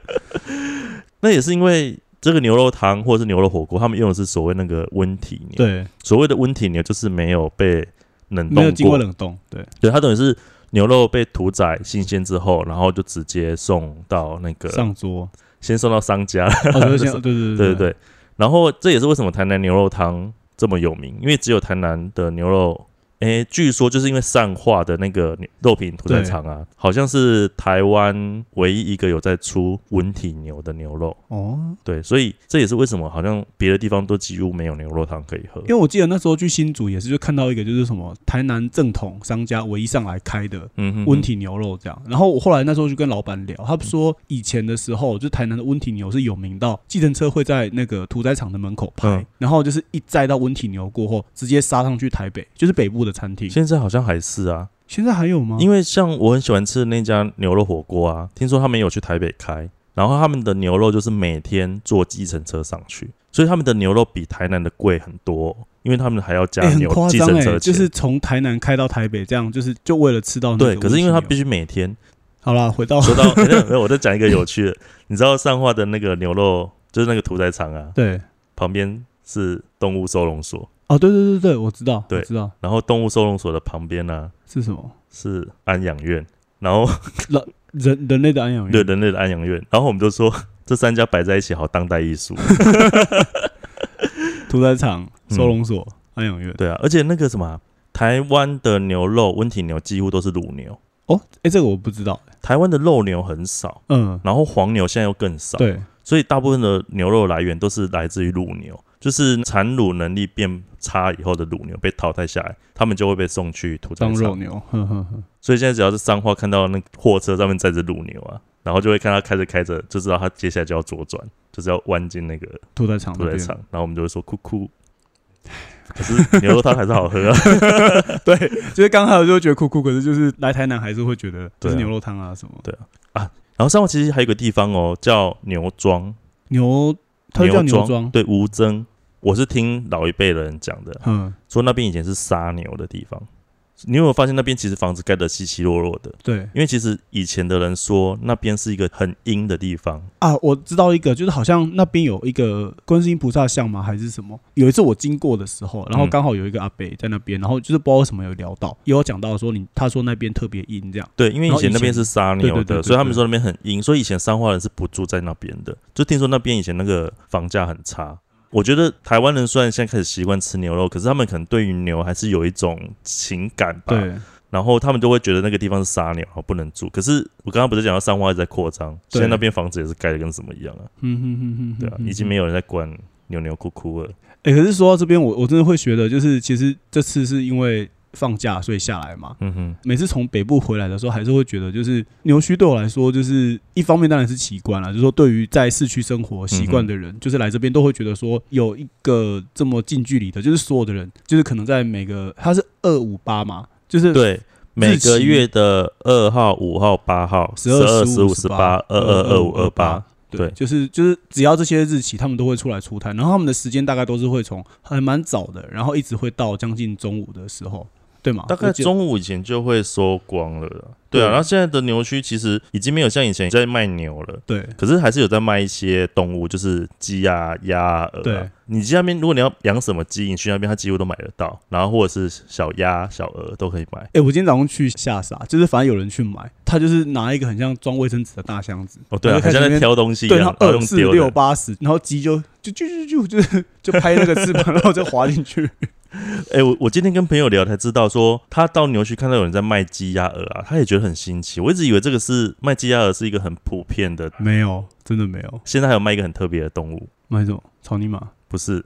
Speaker 3: 那也是因为这个牛肉汤或者是牛肉火锅，他们用的是所谓那个温体牛，
Speaker 2: 对，
Speaker 3: 所谓的温体牛就是没有被冷
Speaker 2: 没有
Speaker 3: 冻
Speaker 2: 经过
Speaker 3: 过，
Speaker 2: 冷冻，对，
Speaker 3: 对，它等于是牛肉被屠宰新鲜之后，然后就直接送到那个，
Speaker 2: 上 桌，
Speaker 3: 先送到商家，
Speaker 2: 哦，对
Speaker 3: 就是
Speaker 2: 对对
Speaker 3: 对对
Speaker 2: 对
Speaker 3: 对。然后这也是为什么台南牛肉汤这么有名，因为只有台南的牛肉，诶，据说就是因为善化的那个肉品屠宰场啊，好像是台湾唯一一个有在出温体牛的牛肉，
Speaker 2: 哦，
Speaker 3: 对，所以这也是为什么好像别的地方都几乎没有牛肉汤可以喝
Speaker 2: 因。为我记得那时候去新竹也是，就看到一个就是什么台南正统商家唯一上来开的
Speaker 3: 嗯哼哼
Speaker 2: 温体牛肉这样。然后我后来那时候就跟老板聊，他说以前的时候，就台南的温体牛是有名到，计程车会在那个屠宰场的门口排，
Speaker 3: 嗯
Speaker 2: 然后就是一载到温体牛过后，直接杀上去台北，就是北部的餐厅。
Speaker 3: 现在好像还是啊，
Speaker 2: 现在还有吗？
Speaker 3: 因
Speaker 2: 为
Speaker 3: 为像我很喜欢吃的那家牛肉火锅啊，听说他们有去台北开，然后他们的牛肉就是每天坐计程车上去，所以他们的牛肉比台南的贵很多哦，因为他们还要加
Speaker 2: 很
Speaker 3: 牛
Speaker 2: 夸
Speaker 3: 计
Speaker 2: 张
Speaker 3: 程
Speaker 2: 哎，
Speaker 3: 车
Speaker 2: 就
Speaker 3: 钱。
Speaker 2: 是从台南开到台北，这样就是就为了吃到那个
Speaker 3: 对，可是因为他
Speaker 2: 温体
Speaker 3: 必
Speaker 2: 牛
Speaker 3: 须每天
Speaker 2: 好啦，回到
Speaker 3: 说到，哎那没有，我再讲一个有趣的，你知道上化的那个牛肉就是那个屠宰场啊，
Speaker 2: 对
Speaker 3: 旁边是动物收容所，
Speaker 2: 哦，对对对对，我知道，
Speaker 3: 对
Speaker 2: 我知道
Speaker 3: 然后动物收容所的旁边呢、
Speaker 2: 是什么
Speaker 3: 是安养院，然后
Speaker 2: 人人类的安养院
Speaker 3: 对。人类的安养院，然后我们就说这三家摆在一起好当代艺术。
Speaker 2: 屠宰场、
Speaker 3: 嗯
Speaker 2: 收容所、安养院。
Speaker 3: 对啊，而且那个什么，台湾的牛肉温体牛几乎都是乳牛，
Speaker 2: 哦，哎，这个我不知道。
Speaker 3: 台湾的肉牛很少，
Speaker 2: 嗯，
Speaker 3: 然后黄牛现在又更少，，
Speaker 2: 对，
Speaker 3: 所以大部分的牛肉来源都是来自于乳牛，就是产乳能力变差以后的乳牛被淘汰下来，他们就会被送去屠宰
Speaker 2: 当肉
Speaker 3: 场。
Speaker 2: 牛。哼哼哼。
Speaker 3: 所以现在只要是上化看到那个货车上面载着乳牛啊，然后就会看它开着开着就知道它接下来就要左转，就是要弯进那个
Speaker 2: 屠宰场
Speaker 3: 屠
Speaker 2: 那
Speaker 3: 宰
Speaker 2: 边。
Speaker 3: 场，然后我们就会说哭哭。可是牛肉汤还是好喝啊，
Speaker 2: 对，就是刚开始就会觉得酷酷，可是就是来台南还是会觉得就
Speaker 3: 对
Speaker 2: 是
Speaker 3: 啊
Speaker 2: 牛肉汤啊什么
Speaker 3: 然后上面其实还有一个地方哦，叫牛庄，
Speaker 2: 牛，它就叫牛庄。
Speaker 3: 对，吴增，我是听老一辈的人讲的，
Speaker 2: 嗯，
Speaker 3: 说那边以前是杀牛的地方，你有没有发现那边其实房子盖得稀稀落落的？
Speaker 2: 对
Speaker 3: 因为其实以前的人说那边是一个很阴的地方，
Speaker 2: 啊，我知道一个，就是好像那边有一个观世音菩萨像吗？还是什么？有一次我经过的时候，然后
Speaker 3: 嗯
Speaker 2: 刚好有一个阿伯在那边，然后就是不知道为什么有聊到，也有讲到说你他说那边特别阴这样。
Speaker 3: 对，因为以前那边是
Speaker 2: 然
Speaker 3: 撒
Speaker 2: 后
Speaker 3: 牛
Speaker 2: 以前对对对对
Speaker 3: 的，
Speaker 2: 对
Speaker 3: 所以他们说那边很阴，所以以前三化人是不住在那边的。就听说那边以前那个房价很差。我觉得台湾人虽然现在开始习惯吃牛肉，可是他们可能对于牛还是有一种情感吧。
Speaker 2: 对，
Speaker 3: 然后他们就会觉得那个地方是撒鸟，哦不能住。可是我刚刚不是讲到三花一直在扩张，
Speaker 2: 对
Speaker 3: 现在那边房子也是盖的跟什么一样啊，
Speaker 2: 嗯哼哼哼，
Speaker 3: 对啊，已经没有人在管牛牛哭哭了。
Speaker 2: 哎、可是说到这边，我我真的会觉得，就是其实这次是因为放假所以下来嘛。
Speaker 3: 嗯哼，
Speaker 2: 每次从北部回来的时候，还是会觉得，就是牛墟对我来说，就是一方面当然是奇观啦，就是说对于在市区生活习惯的
Speaker 3: 嗯
Speaker 2: 人，就是来这边都会觉得说有一个这么近距离的，就是所有的人，就是可能在每个他是二五八嘛，就是
Speaker 3: 对，每
Speaker 2: 日
Speaker 3: 个
Speaker 2: 期
Speaker 3: 月的二号、五号、八号、
Speaker 2: 十
Speaker 3: 二、
Speaker 2: 二、
Speaker 3: 十
Speaker 2: 五、
Speaker 3: 十
Speaker 2: 八
Speaker 3: 八、、二二、二五、二八。。
Speaker 2: 对，
Speaker 3: 对
Speaker 2: 就是就是，只要这些日期，他们都会出来出摊，然后他们的时间大概都是会从还蛮早的，然后一直会到将近中午的时候，对吗？
Speaker 3: 大概
Speaker 2: 我记得
Speaker 3: 中午以前就会收光了啦。对
Speaker 2: 对
Speaker 3: 啊，然后现在的牛区其实已经没有像以前在卖牛了。
Speaker 2: 对
Speaker 3: 可是还是有在卖一些动物，就是鸡啊、鸭啊、鹅、啊。
Speaker 2: 对，
Speaker 3: 你去那边，如果你要养什么鸡，你去那边它几乎都买得到，然后或者是小鸭、小鹅都可以买。
Speaker 2: 哎、我今天早上去下沙，就是反正有人去买，他就是拿一个很像装卫生纸的大箱子，
Speaker 3: 哦，对啊，
Speaker 2: 然后
Speaker 3: 好
Speaker 2: 就开始
Speaker 3: 像
Speaker 2: 那边
Speaker 3: 在挑东西一
Speaker 2: 对，然后
Speaker 3: 样，然后
Speaker 2: 二
Speaker 3: 用
Speaker 2: 四
Speaker 3: 丢
Speaker 2: 六
Speaker 3: 的。
Speaker 2: 八十，然后鸡就就就就就就就拍那个翅膀，然后就滑进去。
Speaker 3: 哎、我我今天跟朋友聊才知道说他到牛区看到有人在卖鸡、鸭、鹅啊，他也觉得很新奇。我一直以为这个是卖鸡、鸭、鹅是一个很普遍的，
Speaker 2: 没有，真的没有，
Speaker 3: 现在还有卖一个很特别的动物，
Speaker 2: 买什么草泥马
Speaker 3: 不是，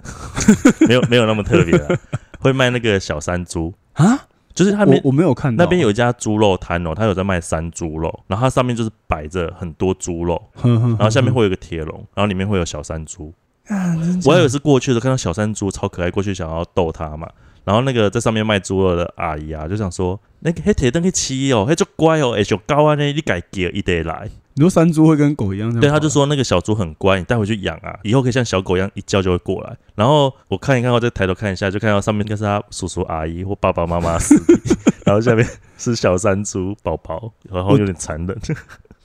Speaker 3: 没有没有那么特别啊，会卖那个小山猪，
Speaker 2: 啊？
Speaker 3: 就是他们
Speaker 2: 我我没有看到
Speaker 3: 那边有一家猪肉摊哦，它有在卖山猪肉，然后它上面就是摆着很多猪肉，
Speaker 2: 哼，哼嗯
Speaker 3: 然后下面会有一个铁笼，然后里面会有小山猪。
Speaker 2: 哼
Speaker 3: 我还有一次过去的时候看到小山猪超可爱，过去想要逗它嘛，然后那个在上面卖猪肉的阿姨啊，就想说那个黑铁灯去骑哦，嘿就乖哦，哎就高啊那你改给一得来，
Speaker 2: 你说山猪会跟狗一样这样
Speaker 3: 对，
Speaker 2: 跑
Speaker 3: 他就说那个小猪很乖，你带回去养啊，以后可以像小狗一样一叫就会过来。然后我看一看，我再抬头看一下，就看到上面应该是他叔叔阿姨或爸爸妈妈死， 然后下面是小山猪宝宝，然后有点残忍。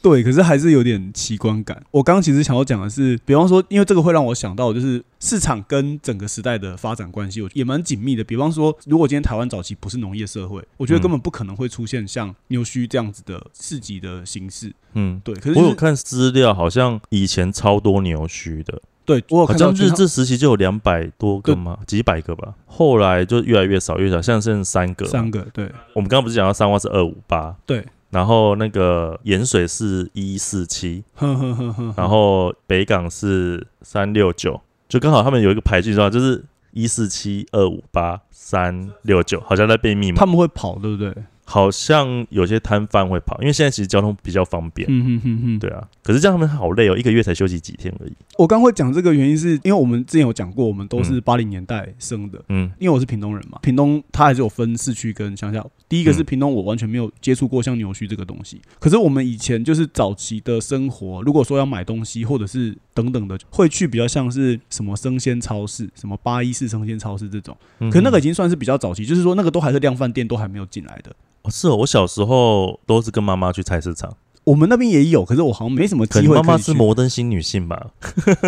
Speaker 2: 对，可是还是有点奇观感。我刚刚其实想要讲的是，比方说，因为这个会让我想到，就是市场跟整个时代的发展关系，我也蛮紧密的。比方说，如果今天台湾早期不是农业社会，我觉得
Speaker 3: 嗯
Speaker 2: 根本不可能会出现像牛墟这样子的市集的形式。
Speaker 3: 嗯，
Speaker 2: 对，可是、
Speaker 3: 我
Speaker 2: 就是、
Speaker 3: 有看资料，好像以前超多牛须的，
Speaker 2: 对我有
Speaker 3: 好
Speaker 2: 看到
Speaker 3: 像
Speaker 2: 就是
Speaker 3: 日
Speaker 2: 它
Speaker 3: 治时期就有两百多个嘛，几百个吧。后来就越来越少，越少，现在剩三个。
Speaker 2: 三个，对
Speaker 3: 我们刚刚不是讲到三花是二五八，
Speaker 2: 对，
Speaker 3: 然后那个盐水是一四七，
Speaker 2: 呵呵呵呵，
Speaker 3: 然后北港是三六九，就刚好他们有一个排序，知道就是一四七二五八三六九，好像在背密码
Speaker 2: 他。们会跑，对不对？
Speaker 3: 好像有些摊贩会跑，因为现在其实交通比较方便。
Speaker 2: 嗯哼哼哼，
Speaker 3: 对啊，可是这样他们好累哦，一个月才休息几天而已。
Speaker 2: 我刚会讲这个原因是，因为我们之前有讲过，我们都是八零年代生的，
Speaker 3: 嗯
Speaker 2: 因为我是屏东人嘛，屏东它还是有分市区跟乡下。第一个是
Speaker 3: 嗯
Speaker 2: 屏东，我完全没有接触过像牛墟这个东西。可是我们以前就是早期的生活，如果说要买东西或者是等等的，会去比较像是什么生鲜超市、什么八一四生鲜超市这种。
Speaker 3: 嗯
Speaker 2: 可是那个已经算是比较早期，就是说那个都还是量贩店，都还没有进来的。
Speaker 3: 哦是哦，我小时候都是跟妈妈去菜市场，
Speaker 2: 我们那边也有，可是我好像没什么
Speaker 3: 可
Speaker 2: 机
Speaker 3: 能
Speaker 2: 会
Speaker 3: 妈妈
Speaker 2: 可以去
Speaker 3: 是摩登新女性吧。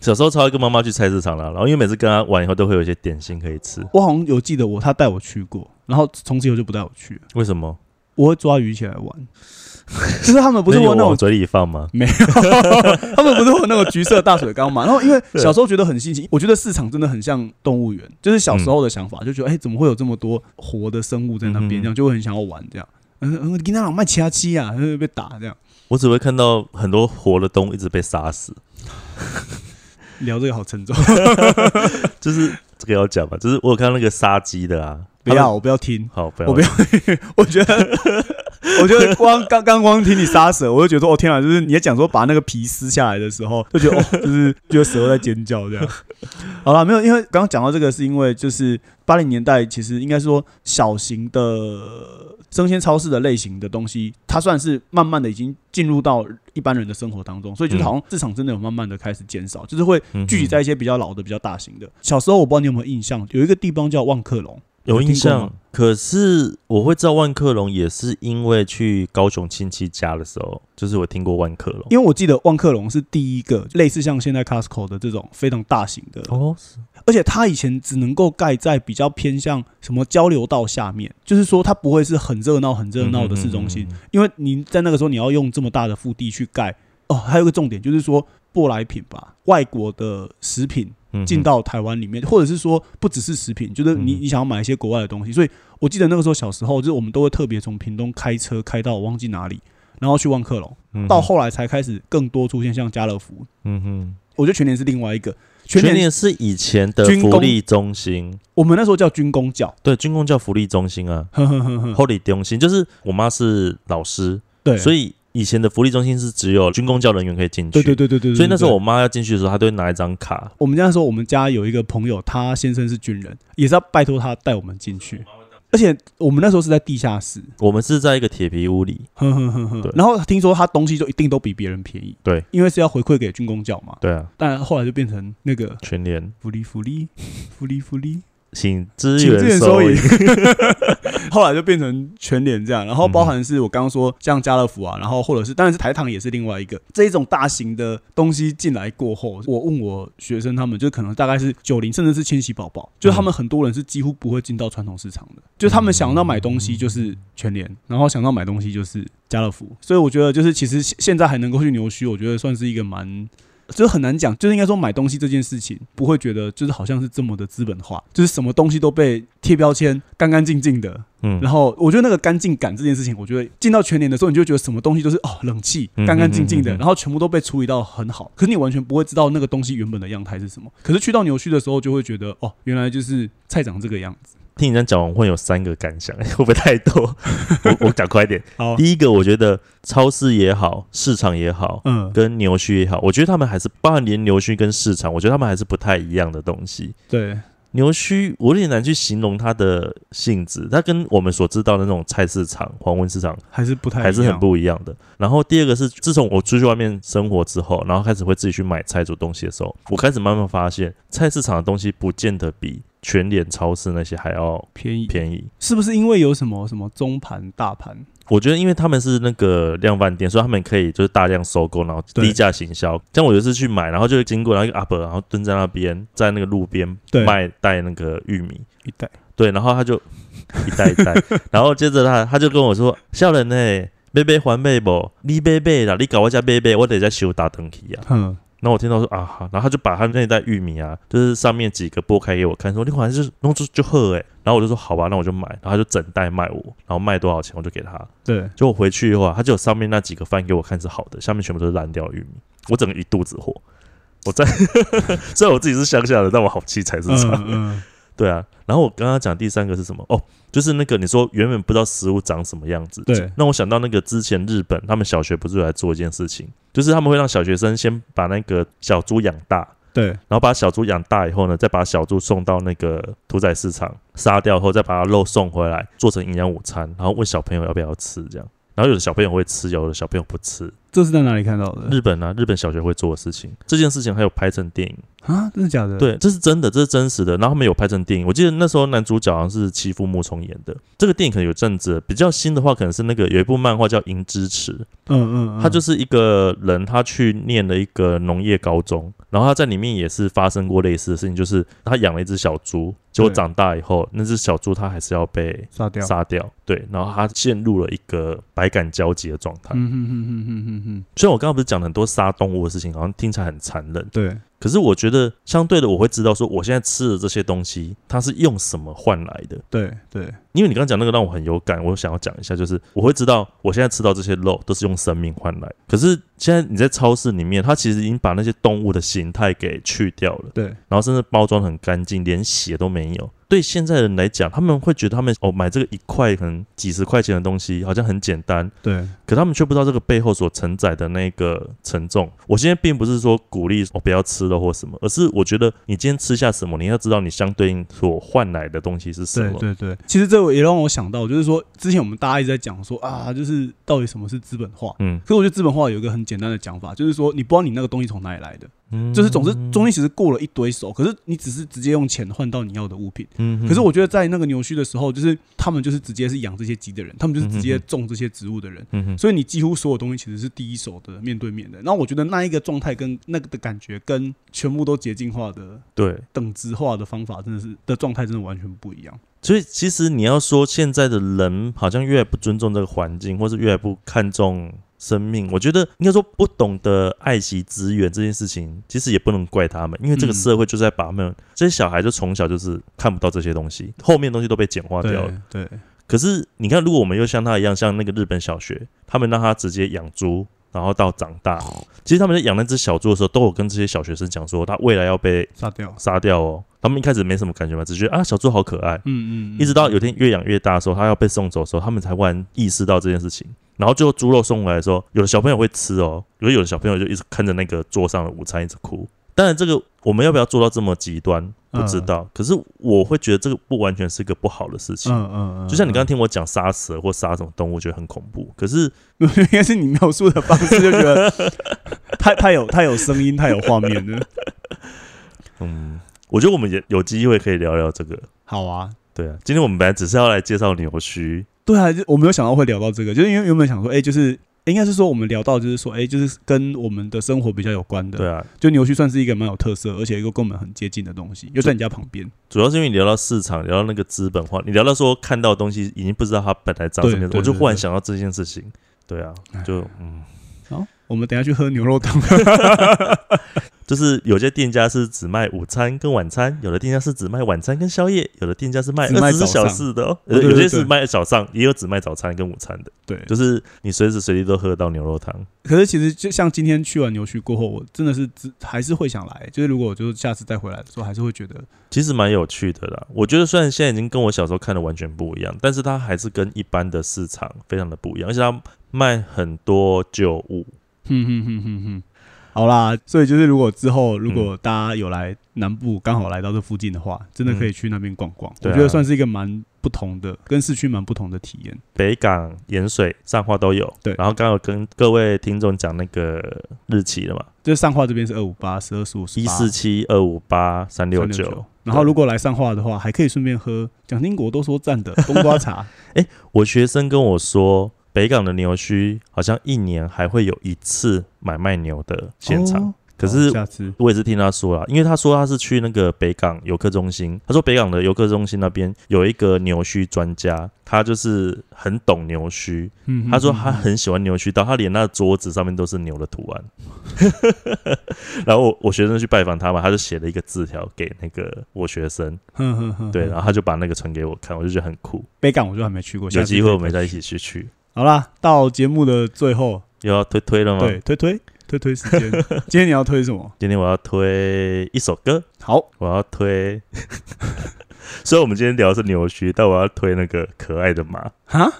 Speaker 3: 小时候超爱跟妈妈去菜市场啦，然后因为每次跟她玩以后都会有一些点心可以吃，
Speaker 2: 我好像有记得我他带我去过，然后从此以后就不带我去了。
Speaker 3: 为什么？
Speaker 2: 我会抓鱼起来玩， 就是他们不是
Speaker 3: 那
Speaker 2: 会
Speaker 3: 有啊
Speaker 2: 有那种
Speaker 3: 往嘴里放吗？
Speaker 2: 没有，他们不是有那个橘色大水缸嘛？然后因为小时候觉得很新奇，我觉得市场真的很像动物园，就是小时候的想法，就觉得哎、怎么会有这么多活的生物在那边？
Speaker 3: 嗯
Speaker 2: 这样就会很想要玩这样。嗯嗯，跟他老卖其他鸡啊，嗯被打这样。
Speaker 3: 我只会看到很多活的动物一直被杀死，
Speaker 2: 聊这个好沉重，
Speaker 3: 就是这个要讲吧，就是我有看到那个杀鸡的啊，
Speaker 2: 不
Speaker 3: 他
Speaker 2: 要，
Speaker 3: 们
Speaker 2: 我不要听，
Speaker 3: 好不要，
Speaker 2: 我不要， 我觉得。我觉得光刚刚光听你杀蛇，我就觉得哦天啊！就是你在讲说把那个皮撕下来的时候，就觉得哦，就是觉得蛇在尖叫这样。 好了，没有，因为刚刚讲到这个，是因为就是八零年代其实应该说小型的生鲜超市的类型的东西，它算是慢慢的已经进入到一般人的生活当中，所以就是好像市场真的有慢慢的开始减少，就是会
Speaker 3: 嗯哼
Speaker 2: 聚集在一些比较老的、比较大型的。小时候我不知道你有没有印象，有一个地方叫万客隆。
Speaker 3: 有印
Speaker 2: 听过
Speaker 3: 象
Speaker 2: 吗。
Speaker 3: 可是我会知道万客隆，也是因为去高雄亲戚家的时候，就是我听过万客隆。
Speaker 2: 因为我记得万客隆是第一个类似像现在 Costco 的这种非常大型的，
Speaker 3: 哦，
Speaker 2: 而且它以前只能够盖在比较偏向什么交流道下面，就是说它不会是很热闹、很热闹的市中心，
Speaker 3: 嗯，嗯嗯
Speaker 2: 因为你在那个时候你要用这么大的腹地去盖。哦，还有一个重点就是说，舶来品吧，外国的食品
Speaker 3: 嗯嗯
Speaker 2: 进到台湾里面，或者是说不只是食品，就是你
Speaker 3: 嗯
Speaker 2: 你想要买一些国外的东西。所以我记得那个时候小时候，就是我们都会特别从屏东开车开到我忘记哪里，然后去万客隆，
Speaker 3: 嗯嗯
Speaker 2: 到后来才开始更多出现像家乐福。
Speaker 3: 嗯哼，
Speaker 2: 我觉得全年是另外一个，全
Speaker 3: 全
Speaker 2: 年
Speaker 3: 年是以前的
Speaker 2: 军工
Speaker 3: 福利中心，
Speaker 2: 我们那时候叫军工教，
Speaker 3: 对，军工叫福利中 心啊
Speaker 2: 呵呵呵呵，
Speaker 3: ，Holy 中心，就是我妈是老师，
Speaker 2: 对，
Speaker 3: 所
Speaker 2: 以
Speaker 3: 以以前的福利中心是只有军工教人员可以进去，
Speaker 2: 对对对对对，对
Speaker 3: 所以那时候
Speaker 2: 对
Speaker 3: 我妈要进去的时候，她都会拿一张卡，
Speaker 2: 我们家那时候，我们家有一个朋友，他先生是军人，也是要拜托他带我们进去。而且我们那时候是在地下室，
Speaker 3: 我们是在一个铁皮屋里，
Speaker 2: 呵呵呵呵
Speaker 3: 对。
Speaker 2: 然后听说他东西就一定都比别人便宜，
Speaker 3: 对，
Speaker 2: 因为是要回馈给军工教嘛。
Speaker 3: 对啊，
Speaker 2: 但后来就变成那个
Speaker 3: 全年
Speaker 2: 福利福利福利福利，
Speaker 3: 请支
Speaker 2: 请支
Speaker 3: 援
Speaker 2: 援收
Speaker 3: 银
Speaker 2: 银， 后来就变成全脸这样。然后包含是我刚刚说像家乐福啊，然后或者是当然是台糖也是另外一个这一种大型的东西进来过后，我问我学生他们，就可能大概是九零甚至是千禧宝宝，就他们很多人是几乎不会进到传统市场的，就他们想到买东西就是全联，然后想到买东西就是家乐福，所以我觉得就是其实现现在还能够去扭曲，我觉得算是一个蛮就是很难讲，就是应该说买东西这件事情，不会觉得就是好像是这么的资本化，就是什么东西都被贴标签，干干净净的。
Speaker 3: 嗯
Speaker 2: 然后我觉得那个干净感这件事情，我觉得进到全年的时候，你就觉得什么东西都是哦冷气
Speaker 3: 嗯
Speaker 2: 干干净净
Speaker 3: 嗯嗯
Speaker 2: 的，
Speaker 3: 嗯
Speaker 2: 然后全部都被处理到很好，可是你完全不会知道那个东西原本的样态是什么。可是去到牛墟的时候，就会觉得哦，原来就是菜长这个样子。
Speaker 3: 听你这样讲，我会有三个感想，会不会太多？我我讲快一点。
Speaker 2: 好，
Speaker 3: 第一个，我觉得超市也好，市场也好，
Speaker 2: 嗯，
Speaker 3: 跟牛墟也好，我觉得他们还是，包含连牛墟跟市场，我觉得他们还是不太一样的东西。
Speaker 2: 对，
Speaker 3: 牛墟我有点难去形容它的性质，它跟我们所知道的那种菜市场、黄昏市场
Speaker 2: 还是不太一
Speaker 3: 还是很
Speaker 2: 样
Speaker 3: 不一样的。然后第二个是，自从我出去外面生活之后，然后开始会自己去买菜煮东西的时候，我开始慢慢发现，菜市场的东西不见得比全联超市那些还要
Speaker 2: 便宜，
Speaker 3: 便宜。
Speaker 2: 是不是因为有什么什么中盘大盘？
Speaker 3: 我觉得，因为他们是那个量贩店，所以他们可以就是大量收购，然后
Speaker 2: 对
Speaker 3: 低价行销。像我有一次去买，然后就经过，然后一个阿伯，然后蹲在那边，在那个路边
Speaker 2: 对
Speaker 3: 卖带那个玉米，
Speaker 2: 一袋
Speaker 3: 对，然后他就一袋一袋，然后接着他他就跟我说：“笑人呢、贝贝还贝不？你贝贝啦，你搞我家贝贝，我得在修打灯去啊。
Speaker 2: 嗯，”
Speaker 3: 然后我听到说啊，好然后他就把他那一袋玉米啊，就是上面几个剥开给我看，说：“你好像是弄出就喝哎、然后我就说：“好吧，那我就买。”然后他就整袋卖我，然后卖多少钱我就给他。
Speaker 2: 对。
Speaker 3: 结果回去以后啊，他就有上面那几个饭给我看是好的，下面全部都是烂掉的玉米，我整个一肚子火。我在 虽然我自己是乡下的，但我好气才是这样。
Speaker 2: 嗯
Speaker 3: 对啊，然后我刚刚讲第三个是什么？哦，就是那个你说原本不知道食物长什么样子，
Speaker 2: 对
Speaker 3: 让我想到那个之前日本他们小学不是有来做一件事情，就是他们会让小学生先把那个小猪养大，
Speaker 2: 对，
Speaker 3: 然后把小猪养大以后呢，再把小猪送到那个屠宰市场杀掉后，再把它肉送回来做成营养午餐，然后问小朋友要不要吃这样。然后有的小朋友会吃，有的小朋友不吃。
Speaker 2: 这是在哪里看到的
Speaker 3: 日本啊，日本小学会做的事情，这件事情还有拍成电影，
Speaker 2: 啊？真的假的？，
Speaker 3: 对，这是真的，这是真实的。然后他们有拍成电影，我记得那时候男主角好像是欺负木聪演的。这个电影可能有阵子了，比较新的话可能是那个有一部漫画叫《银之匙》，
Speaker 2: 嗯嗯，
Speaker 3: 他就是一个人，他去念了一个农业高中，然后他在里面也是发生过类似的事情，就是他养了一只小猪，结果
Speaker 2: 对
Speaker 3: 长大以后，那只小猪它还是要被
Speaker 2: 杀掉，
Speaker 3: 杀掉，对，然后他陷入了一个百感交集的状态。
Speaker 2: 嗯哼哼哼哼哼哼，
Speaker 3: 虽然我刚刚不是讲了很多杀动物的事情，好像听起来很残忍，
Speaker 2: 对，
Speaker 3: 可是我觉得相对的，我会知道说我现在吃的这些东西，它是用什么换来的。
Speaker 2: 对对
Speaker 3: 因为你刚刚讲那个让我很有感，我想要讲一下，就是我会知道我现在吃到这些肉都是用生命换来。可是现在你在超市里面，它其实已经把那些动物的形态给去掉了，
Speaker 2: 对，
Speaker 3: 然后甚至包装得很干净，连血都没有。对现在人来讲，他们会觉得他们哦买这个一块可能几十块钱的东西好像很简单，
Speaker 2: 对，
Speaker 3: 可他们却不知道这个背后所承载的那个沉重。我现在并不是说鼓励我、哦、不要吃了或什么，而是我觉得你今天吃下什么，你要知道你相对应所换来的东西是什
Speaker 2: 对
Speaker 3: 么。
Speaker 2: 对对，其实这也让我想到，就是说之前我们大家一直在讲说啊，就是到底什么是资本化。
Speaker 3: 嗯
Speaker 2: 可是我觉得资本化有一个很简单的讲法，就是说你不知道你那个东西从哪里来的，
Speaker 3: 嗯
Speaker 2: 就是总之中间其实过了一堆手，可是你只是直接用钱换到你要的物品。
Speaker 3: 嗯
Speaker 2: 可是我觉得在那个牛墟的时候，就是他们就是直接是养这些鸡的人，他们就是直接种这些植物的人，
Speaker 3: 嗯哼，
Speaker 2: 所以你几乎所有东西其实是第一手的面对面的。然后我觉得那一个状态跟那个的感觉跟全部都捷径化的
Speaker 3: 对，
Speaker 2: 等值化的方法真的是的状态真的完全不一样。
Speaker 3: 所以其实你要说现在的人好像越来不尊重这个环境，或是越来不看重生命，我觉得应该说不懂得爱惜资源这件事情，其实也不能怪他们，因为这个
Speaker 2: 嗯
Speaker 3: 社会就是在把他们、这些小孩就从小就是看不到这些东西，后面的东西都被简
Speaker 2: 哦
Speaker 3: 化掉了。
Speaker 2: 对对，
Speaker 3: 可是你看，如果我们又像他一样，像那个日本小学，他们让他直接养猪，然后到长大，其实他们在养那只小猪的时候，都有跟这些小学生讲说，他未来要被
Speaker 2: 杀掉。
Speaker 3: 杀掉哦。他们一开始没什么感觉嘛，只觉得啊小猪好可爱，
Speaker 2: 嗯嗯，嗯
Speaker 3: 一直到有一天越养越大的时候，它要被送走的时候，他们才忽然意识到这件事情。然后最后猪肉送回来的时候，有的小朋友会吃哦，有的有的小朋友就一直看着那个桌上的午餐一直哭。当然，这个我们要不要做到这么极端，不知道。可是我会觉得这个不完全是个不好的事情。
Speaker 2: 嗯嗯嗯，
Speaker 3: 就像你刚刚
Speaker 2: 嗯，
Speaker 3: 听我讲杀蛇或杀什么动物，觉得很恐怖。可是
Speaker 2: 应该是你描述的方式，就觉得太太有太有声音，太有画面了。
Speaker 3: 嗯，我觉得我们也有机会可以聊聊这个。
Speaker 2: 好啊，
Speaker 3: 对啊，今天我们本来只是要来介绍扭曲，
Speaker 2: 对啊，就我没有想到会聊到这个，就是因为原本想说，哎、就是。应该是说我们聊到，就是说，哎、就是跟我们的生活比较有关的，
Speaker 3: 对啊，
Speaker 2: 就牛墟算是一个蛮有特色，而且又跟我们很接近的东西，又在你家旁边，
Speaker 3: 主要是因为你聊到市场，聊到那个资本化，你聊到说看到的东西已经不知道它本来长什么样子，
Speaker 2: 对对
Speaker 3: 我就忽然
Speaker 2: 对对
Speaker 3: 想到这件事情。对啊，就嗯，
Speaker 2: 好，我们等一下去喝牛肉 汤。
Speaker 3: 就是有些店家是只卖午餐跟晚餐，有的店家是只卖晚餐跟宵夜，有的店家是卖
Speaker 2: 只卖
Speaker 3: 二十
Speaker 2: 早
Speaker 3: 四
Speaker 2: 上
Speaker 3: 小时的哦，
Speaker 2: 对对
Speaker 3: 有
Speaker 2: 对
Speaker 3: 有些是卖早上，也有只卖早餐跟午餐的，
Speaker 2: 对，
Speaker 3: 就是你随时随地都喝得到牛肉汤。
Speaker 2: 可是其实就像今天去完牛墟过后，我真的是只还是会想来，就是如果我就是下次再回来的时候，还是会觉得，
Speaker 3: 其实蛮有趣的啦，我觉得虽然现在已经跟我小时候看的完全不一样，但是它还是跟一般的市场非常的不一样，而且它卖很多旧物，嗯
Speaker 2: 哼哼哼哼哼。好啦，所以就是如果之后如果大家有来南部，刚好来到这附近的话，真的可以去那边逛逛，
Speaker 3: 嗯对
Speaker 2: 我
Speaker 3: 啊
Speaker 2: 觉得算是一个蛮不同的，跟市区蛮不同的体验。
Speaker 3: 北港、盐水、上化都有。
Speaker 2: 对
Speaker 3: 然后刚好跟各位听众讲那个日期了嘛，
Speaker 2: 就是上化这边是二五八、十二、十五、
Speaker 3: 一四七二五八三六九。。
Speaker 2: 然后如果来上化的话，还可以顺便喝蒋经国都说赞的冬瓜
Speaker 3: 哦
Speaker 2: 茶。
Speaker 3: 我学生跟我说，北港的牛墟好像一年还会有一次买卖牛的现场，
Speaker 2: 哦
Speaker 3: 可是
Speaker 2: 好下次
Speaker 3: 我也是听他说啦，因为他说他是去那个北港游客中心，他说北港的游客中心那边有一个牛墟专家，他就是很懂牛墟，
Speaker 2: 嗯
Speaker 3: 他说他很喜欢牛墟，到他连那桌子上面都是牛的图案。 然后我我学生去拜访他嘛，他就写了一个字条给那个我学生，
Speaker 2: 哼哼哼，
Speaker 3: 对，然后他就把那个传给我看，我就觉得很酷，
Speaker 2: 北嗯港我就还没去过，
Speaker 3: 有
Speaker 2: 下次
Speaker 3: 机会
Speaker 2: 可以
Speaker 3: 我们
Speaker 2: 再
Speaker 3: 再一起去去。
Speaker 2: 好啦，到节目的最后，
Speaker 3: 又要推推了吗？
Speaker 2: 对，推推推推时 间，今天你要推什么？
Speaker 3: 今天我要推一首歌，
Speaker 2: 好，
Speaker 3: 我要推。 虽然我们今天聊的是牛墟，但我要推那个可爱的马。
Speaker 2: 哈，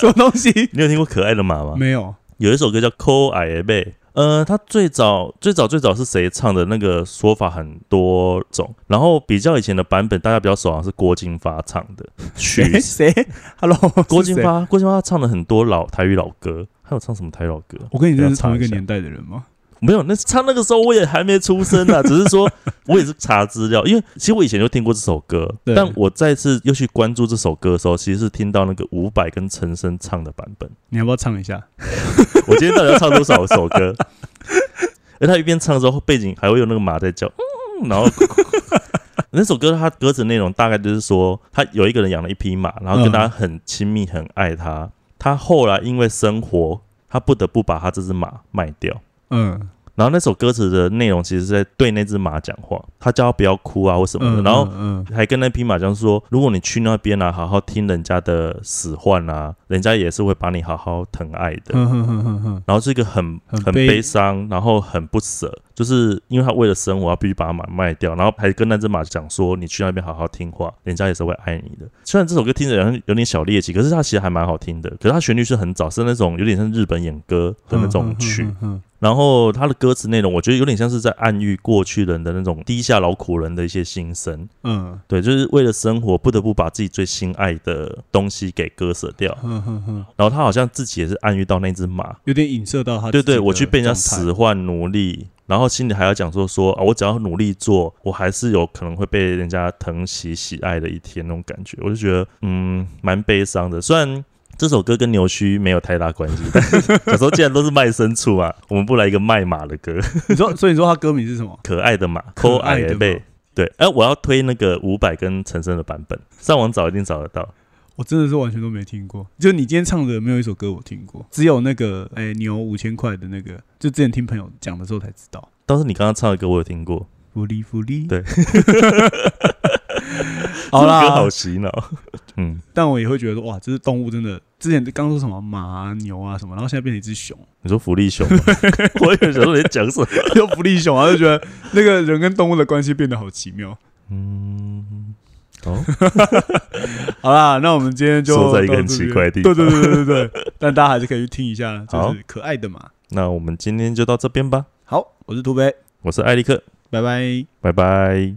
Speaker 2: 什么东西？
Speaker 3: 你有听过可爱的马吗？
Speaker 2: 没有，
Speaker 3: 有一首歌叫《抠矮的背》，呃，它最早最早最早是谁唱的？那个说法很多种，然后比较以前的版本，大家比较熟，好像是郭金发唱的曲
Speaker 2: 谁
Speaker 3: 是。
Speaker 2: 谁？Hello，
Speaker 3: 郭
Speaker 2: 是
Speaker 3: 金
Speaker 2: 谁，
Speaker 3: 发，郭金发唱了很多老台语老歌，还有唱什么台语老歌？
Speaker 2: 我跟你
Speaker 3: 等
Speaker 2: 认
Speaker 3: 一
Speaker 2: 识
Speaker 3: 下查
Speaker 2: 同一个
Speaker 3: 下
Speaker 2: 年代的人吗？
Speaker 3: 没有，那他那个时候我也还没出生呢、只是说我也是查资料，因为其实我以前就听过这首歌，
Speaker 2: 对
Speaker 3: 但我再次又去关注这首歌的时候，其实是听到那个伍佰跟陈升唱的版本。
Speaker 2: 你要不要唱一下？
Speaker 3: 我今天到底要唱多少首歌？而他一边唱的时候，背景还会有那个马在叫，嗯，然后 那首歌它歌词内容大概就是说，他有一个人养了一匹马，然后跟他很亲密，很爱他。他后来因为生活，他不得不把他这只马卖掉。
Speaker 2: 嗯
Speaker 3: 然后那首歌词的内容其实是在对那只马讲话，他叫他不要哭啊或什么的，
Speaker 2: 嗯，
Speaker 3: 然后
Speaker 2: 嗯，
Speaker 3: 还跟那匹马讲说，如果你去那边啊，好好听人家的使唤啊，人家也是会把你好好疼爱的。
Speaker 2: 嗯哼哼哼哼，
Speaker 3: 然后是一个很
Speaker 2: 很
Speaker 3: 很
Speaker 2: 悲
Speaker 3: 悲伤，然后很不舍，就是因为他为了生活，他必须把它马卖掉，然后还跟那只马讲说：“你去那边好好听话，人家也是会爱你的。”虽然这首歌听着好像有点小猎奇，可是它其实还蛮好听的。可是它旋律是很早，是那种有点像日本演歌的那种曲，
Speaker 2: 嗯，嗯
Speaker 3: 然后它的歌词内容，我觉得有点像是在暗喻过去人的那种低下劳苦人的一些心声。
Speaker 2: 嗯
Speaker 3: 对，就是为了生活，不得不把自己最心爱的东西给割舍掉。
Speaker 2: 嗯哼哼，
Speaker 3: 然 后他好像自己也是暗喻到那只马，
Speaker 2: 有点影射到他。
Speaker 3: 对对，我去被人家使，唤奴隶，然后心里还要讲说说啊，我只要努力做，我还是有可能会被人家疼惜喜爱的一天那种感觉，我就觉得嗯，蛮悲伤的。虽然这首歌跟牛须没有太大关系，但是 有时候既然都是卖身处嘛，我们不来一个卖马的歌，
Speaker 2: 你说，所以你说他歌名是什么？
Speaker 3: 可爱的马，
Speaker 2: 可
Speaker 3: 可
Speaker 2: 爱
Speaker 3: 爱
Speaker 2: 的
Speaker 3: 的
Speaker 2: 马
Speaker 3: 贝。对，哎、我要推那个伍佰跟陈升的版本，上网找一定找得到。
Speaker 2: 我真的是完全都没听过。就你今天唱的，没有一首歌我听过，只有那个哎、牛五千块的那个，就之前听朋友讲的时候才知道。
Speaker 3: 倒是你刚刚唱的歌我有听过，
Speaker 2: 福利福利，
Speaker 3: 对，
Speaker 2: 好
Speaker 3: 这首歌
Speaker 2: 啦
Speaker 3: 好，洗脑。 嗯，
Speaker 2: 但我也会觉得说哇，这是动物真的。之前刚说什么马啊、牛啊什么，然后现在变成一只熊，
Speaker 3: 你说福利熊吗，我也想说你在讲什么。
Speaker 2: 就福利熊啊，就觉得那个人跟动物的关系变得好奇妙。
Speaker 3: 嗯，哦，
Speaker 2: 好啦，那我们今天就
Speaker 3: 说在一个
Speaker 2: 到
Speaker 3: 很
Speaker 2: 这
Speaker 3: 奇
Speaker 2: 边
Speaker 3: 怪的地
Speaker 2: 对
Speaker 3: 方
Speaker 2: 对对对对对，但大家还是可以去听一下， 就
Speaker 3: 好
Speaker 2: 是可爱的嘛。
Speaker 3: 那我们今天就到这边吧。
Speaker 2: 好，我是土匪，
Speaker 3: 我是艾利克，
Speaker 2: 拜拜。
Speaker 3: 拜拜。